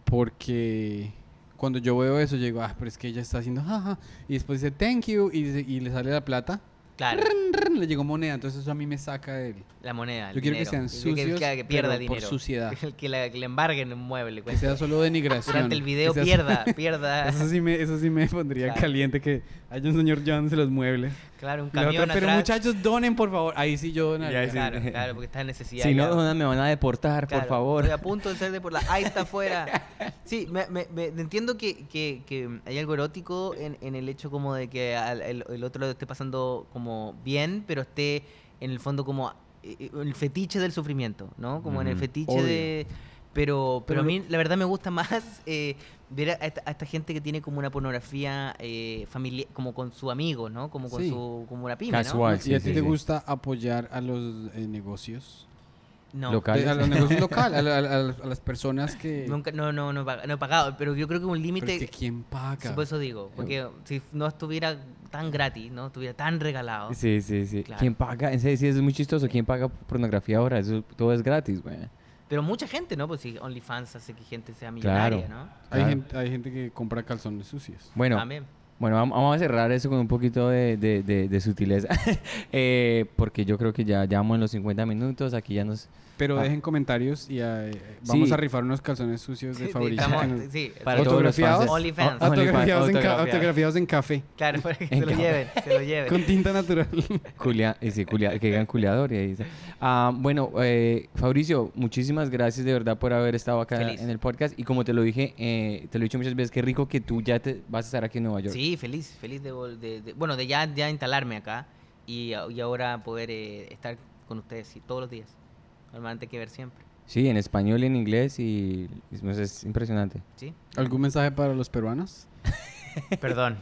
Speaker 2: porque cuando yo veo eso, yo digo, ah, pero es que ella está haciendo jaja. Y después dice, thank you, y, dice- y le sale la plata.
Speaker 1: Claro,
Speaker 2: Rrrn, rrrn, Le llegó moneda, entonces eso a mí me saca del...
Speaker 1: la moneda. el
Speaker 2: Yo quiero que
Speaker 1: dinero.
Speaker 2: sean sucios,
Speaker 1: que, pierda <laughs> el
Speaker 2: pero por
Speaker 1: dinero.
Speaker 2: suciedad.
Speaker 1: Que, la- que le embarguen un mueble.
Speaker 2: Que
Speaker 1: cuenta.
Speaker 2: sea solo denigración.
Speaker 1: Pues, Durante el
Speaker 2: que
Speaker 1: video
Speaker 2: sea-
Speaker 1: pierda,
Speaker 2: <laughs>
Speaker 1: pierda.
Speaker 2: Eso sí me, eso sí me pondría
Speaker 1: Claro.
Speaker 2: caliente que haya un señor llevándose los muebles.
Speaker 1: Claro, un
Speaker 2: Y la otra,
Speaker 1: camión.
Speaker 2: pero
Speaker 1: atrás.
Speaker 2: muchachos, donen, por favor. Ahí sí yo donaría.
Speaker 3: Ya, sí.
Speaker 1: Claro, claro, porque está en necesidad.
Speaker 3: Si no,
Speaker 1: ya.
Speaker 3: donan, me van a
Speaker 2: <laughs>
Speaker 3: deportar,
Speaker 1: Claro,
Speaker 3: por favor.
Speaker 1: Estoy a punto de ser de por la. Ahí está afuera. Sí, me, me- me- entiendo que, que- que hay algo erótico en, en el hecho como de que al- el, el otro lo esté pasando como bien, pero esté en el fondo como eh, eh, el fetiche del sufrimiento, ¿no? Como en el
Speaker 3: Ujú,
Speaker 1: fetiche
Speaker 2: Mm, obvio.
Speaker 1: de. Pero, pero,
Speaker 2: Pero
Speaker 1: a
Speaker 2: lo-
Speaker 1: mí, la verdad, me gusta más eh, ver a esta, a esta gente que tiene como una pornografía eh, familiar, como con su amigo, ¿no? Como con
Speaker 2: Sí.
Speaker 1: su como una pyme,
Speaker 3: Casual.
Speaker 2: ¿Y a
Speaker 3: Sí,
Speaker 2: ti
Speaker 3: sí,
Speaker 2: te
Speaker 3: sí.
Speaker 2: gusta apoyar a los eh, negocios?
Speaker 1: ¿no? No,
Speaker 3: Local.
Speaker 2: De- a
Speaker 3: Locales.
Speaker 2: los negocios local, a, la- a la-
Speaker 1: <laughs>
Speaker 2: a las personas que...
Speaker 1: nunca, no, no, no, he pag- no he pagado, pero yo creo que un
Speaker 2: Pero es
Speaker 1: límite...
Speaker 2: que ¿quién
Speaker 1: Sí,
Speaker 2: paga?
Speaker 1: por eso digo,
Speaker 3: Eh,
Speaker 1: porque si no estuviera tan gratis, no estuviera tan regalado.
Speaker 3: Sí, sí, sí.
Speaker 1: Claro.
Speaker 3: ¿Quién paga? En serio, sí, eso es muy chistoso. ¿Quién paga pornografía ahora? Eso todo es gratis, güey.
Speaker 1: Pero mucha gente, ¿no? Pues si OnlyFans hace que gente sea
Speaker 3: Claro.
Speaker 1: millonaria, ¿no?
Speaker 2: Hay,
Speaker 3: Claro.
Speaker 2: gente, hay gente que compra calzones sucios.
Speaker 3: Bueno,
Speaker 1: También.
Speaker 3: Bueno, vam- vamos a cerrar eso con un poquito de, de- de- de sutileza, <laughs> Eh, porque yo creo que ya, ya vamos en los 50 minutos, aquí ya nos...
Speaker 2: Pero
Speaker 3: Ah.
Speaker 2: dejen comentarios y ah, eh, vamos
Speaker 3: Sí.
Speaker 2: a rifar unos calzones sucios de
Speaker 1: Sí,
Speaker 2: Fabricio.
Speaker 1: estamos-
Speaker 2: que nos-
Speaker 1: sí,
Speaker 3: Para Ah, todos los
Speaker 2: Autografiados.
Speaker 3: fans.
Speaker 1: OnlyFans.
Speaker 3: O-
Speaker 2: Autografiados, en ca-
Speaker 3: autografiados.
Speaker 2: autografiados en café.
Speaker 1: Claro, para que se lo
Speaker 3: Venga.
Speaker 1: lleven, se lo
Speaker 2: Con
Speaker 1: lleven.
Speaker 2: tinta natural.
Speaker 3: <laughs> Culia, y eh, sí, culia- que digan culiador y ahí está. Ah, bueno, eh, Fabricio, muchísimas gracias de verdad por haber estado acá
Speaker 1: Feliz.
Speaker 3: en el podcast y como te lo dije, eh, te lo he dicho muchas veces, qué rico que tú ya te vas a estar aquí en Nueva York.
Speaker 1: Sí, feliz, feliz de, vol- de- de- bueno, de ya, ya instalarme acá y, a- y ahora poder eh, estar con ustedes sí, todos los días. Normalmente hay que ver siempre,
Speaker 3: Sí, en español y en inglés y y pues, es impresionante.
Speaker 1: ¿sí?
Speaker 2: ¿Algún mensaje para los peruanos?
Speaker 3: <laughs>
Speaker 1: Perdón,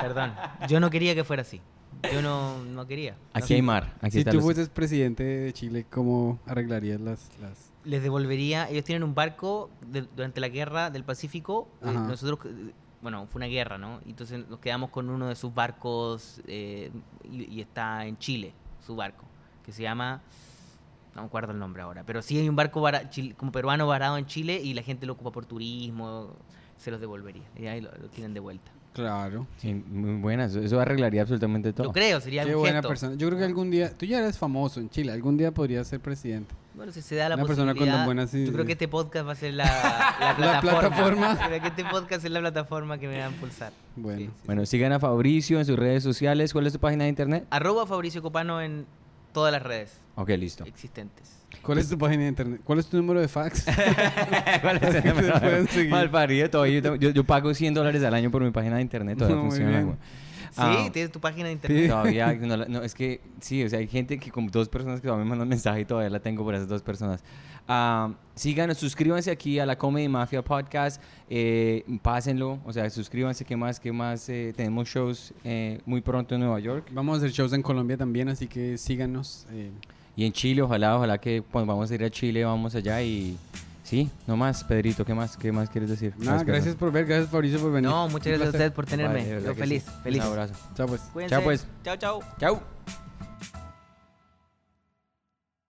Speaker 1: perdón. Yo no quería que fuera así. Yo no, no quería. No
Speaker 3: Aquí
Speaker 1: sé.
Speaker 3: hay mar, aquí
Speaker 2: si
Speaker 3: está
Speaker 2: tú
Speaker 3: los-
Speaker 2: fueses presidente de Chile, ¿cómo arreglarías las...? las...
Speaker 1: les devolvería. Ellos tienen un barco de- durante la guerra del Pacífico. eh,
Speaker 2: Ajá.
Speaker 1: nosotros, eh, bueno, fue una guerra, ¿no? Y Entonces nos quedamos con uno de sus barcos eh, y, y está en Chile, su barco, que se llama. No me acuerdo el nombre ahora, pero sí hay un barco vara- chil- como peruano varado en Chile y la gente lo ocupa por turismo. Se los devolvería. Y ahí lo, lo tienen de vuelta.
Speaker 2: Claro.
Speaker 3: Sí, muy buenas, eso arreglaría absolutamente todo.
Speaker 1: Yo creo, sería
Speaker 2: Qué
Speaker 1: algún Ah.
Speaker 2: buena
Speaker 1: gesto.
Speaker 2: persona. Yo creo que algún día... Tú ya eres famoso en Chile. Algún día podrías ser presidente.
Speaker 1: Bueno, si se da la
Speaker 2: Una persona
Speaker 1: posibilidad.
Speaker 2: con tan buenas
Speaker 1: Yo creo
Speaker 2: ideas.
Speaker 1: que este podcast va a ser
Speaker 2: <laughs>
Speaker 1: la, la plataforma.
Speaker 2: plataforma.
Speaker 1: Creo que este podcast es la plataforma que me va a impulsar.
Speaker 2: Bueno.
Speaker 1: Sí, sí, sí.
Speaker 3: Bueno, sigan a Fabricio en sus redes sociales. ¿Cuál es tu página de internet?
Speaker 1: Arroba Fabricio Copano en todas las redes
Speaker 3: Ok,
Speaker 1: <laughs>
Speaker 3: listo.
Speaker 1: existentes.
Speaker 2: ¿Cuál
Speaker 3: Pues
Speaker 2: es tu página de internet? ¿Cuál es tu número de fax?
Speaker 1: <laughs>
Speaker 2: <laughs>
Speaker 3: ¿Cuál es el <laughs>
Speaker 2: Te
Speaker 3: número?
Speaker 2: pueden seguir.
Speaker 3: Malparido todavía. Yo, yo- yo pago 100 dólares al año por mi página de internet. Todavía
Speaker 2: No, muy
Speaker 3: funciona.
Speaker 2: bien.
Speaker 3: güey.
Speaker 1: Sí,
Speaker 3: Ah,
Speaker 1: tienes tu página de
Speaker 2: Sí.
Speaker 1: internet.
Speaker 3: Todavía no, la- no, es que sí, o sea, hay gente que con dos personas que todavía me mandan <laughs> mensaje y todavía la tengo por esas dos personas. Ah, síganos, suscríbanse aquí a la Comedy Mafia Podcast, eh, pásenlo, o sea, suscríbanse, ¿qué más? ¿Qué más? Eh, tenemos shows eh, muy pronto en Nueva York
Speaker 2: Vamos a hacer shows en Colombia también, así que síganos. eh.
Speaker 3: y en Chile, ojalá, ojalá que cuando vamos a ir a Chile, vamos allá y sí, no más, Pedrito, ¿qué más? ¿Qué más quieres decir?
Speaker 2: Nada,
Speaker 3: Más que
Speaker 2: gracias
Speaker 3: eso.
Speaker 2: por ver, gracias Fabricio por venir.
Speaker 1: No, muchas
Speaker 2: Un
Speaker 1: gracias a
Speaker 2: placer.
Speaker 1: ustedes por tenerme.
Speaker 3: Vale, de verdad
Speaker 1: Yo
Speaker 3: que
Speaker 1: feliz,
Speaker 3: sí.
Speaker 1: feliz.
Speaker 3: Un abrazo.
Speaker 2: Chao pues.
Speaker 1: Cuídense.
Speaker 3: Chao, pues.
Speaker 1: Chao, chao.
Speaker 3: Chao.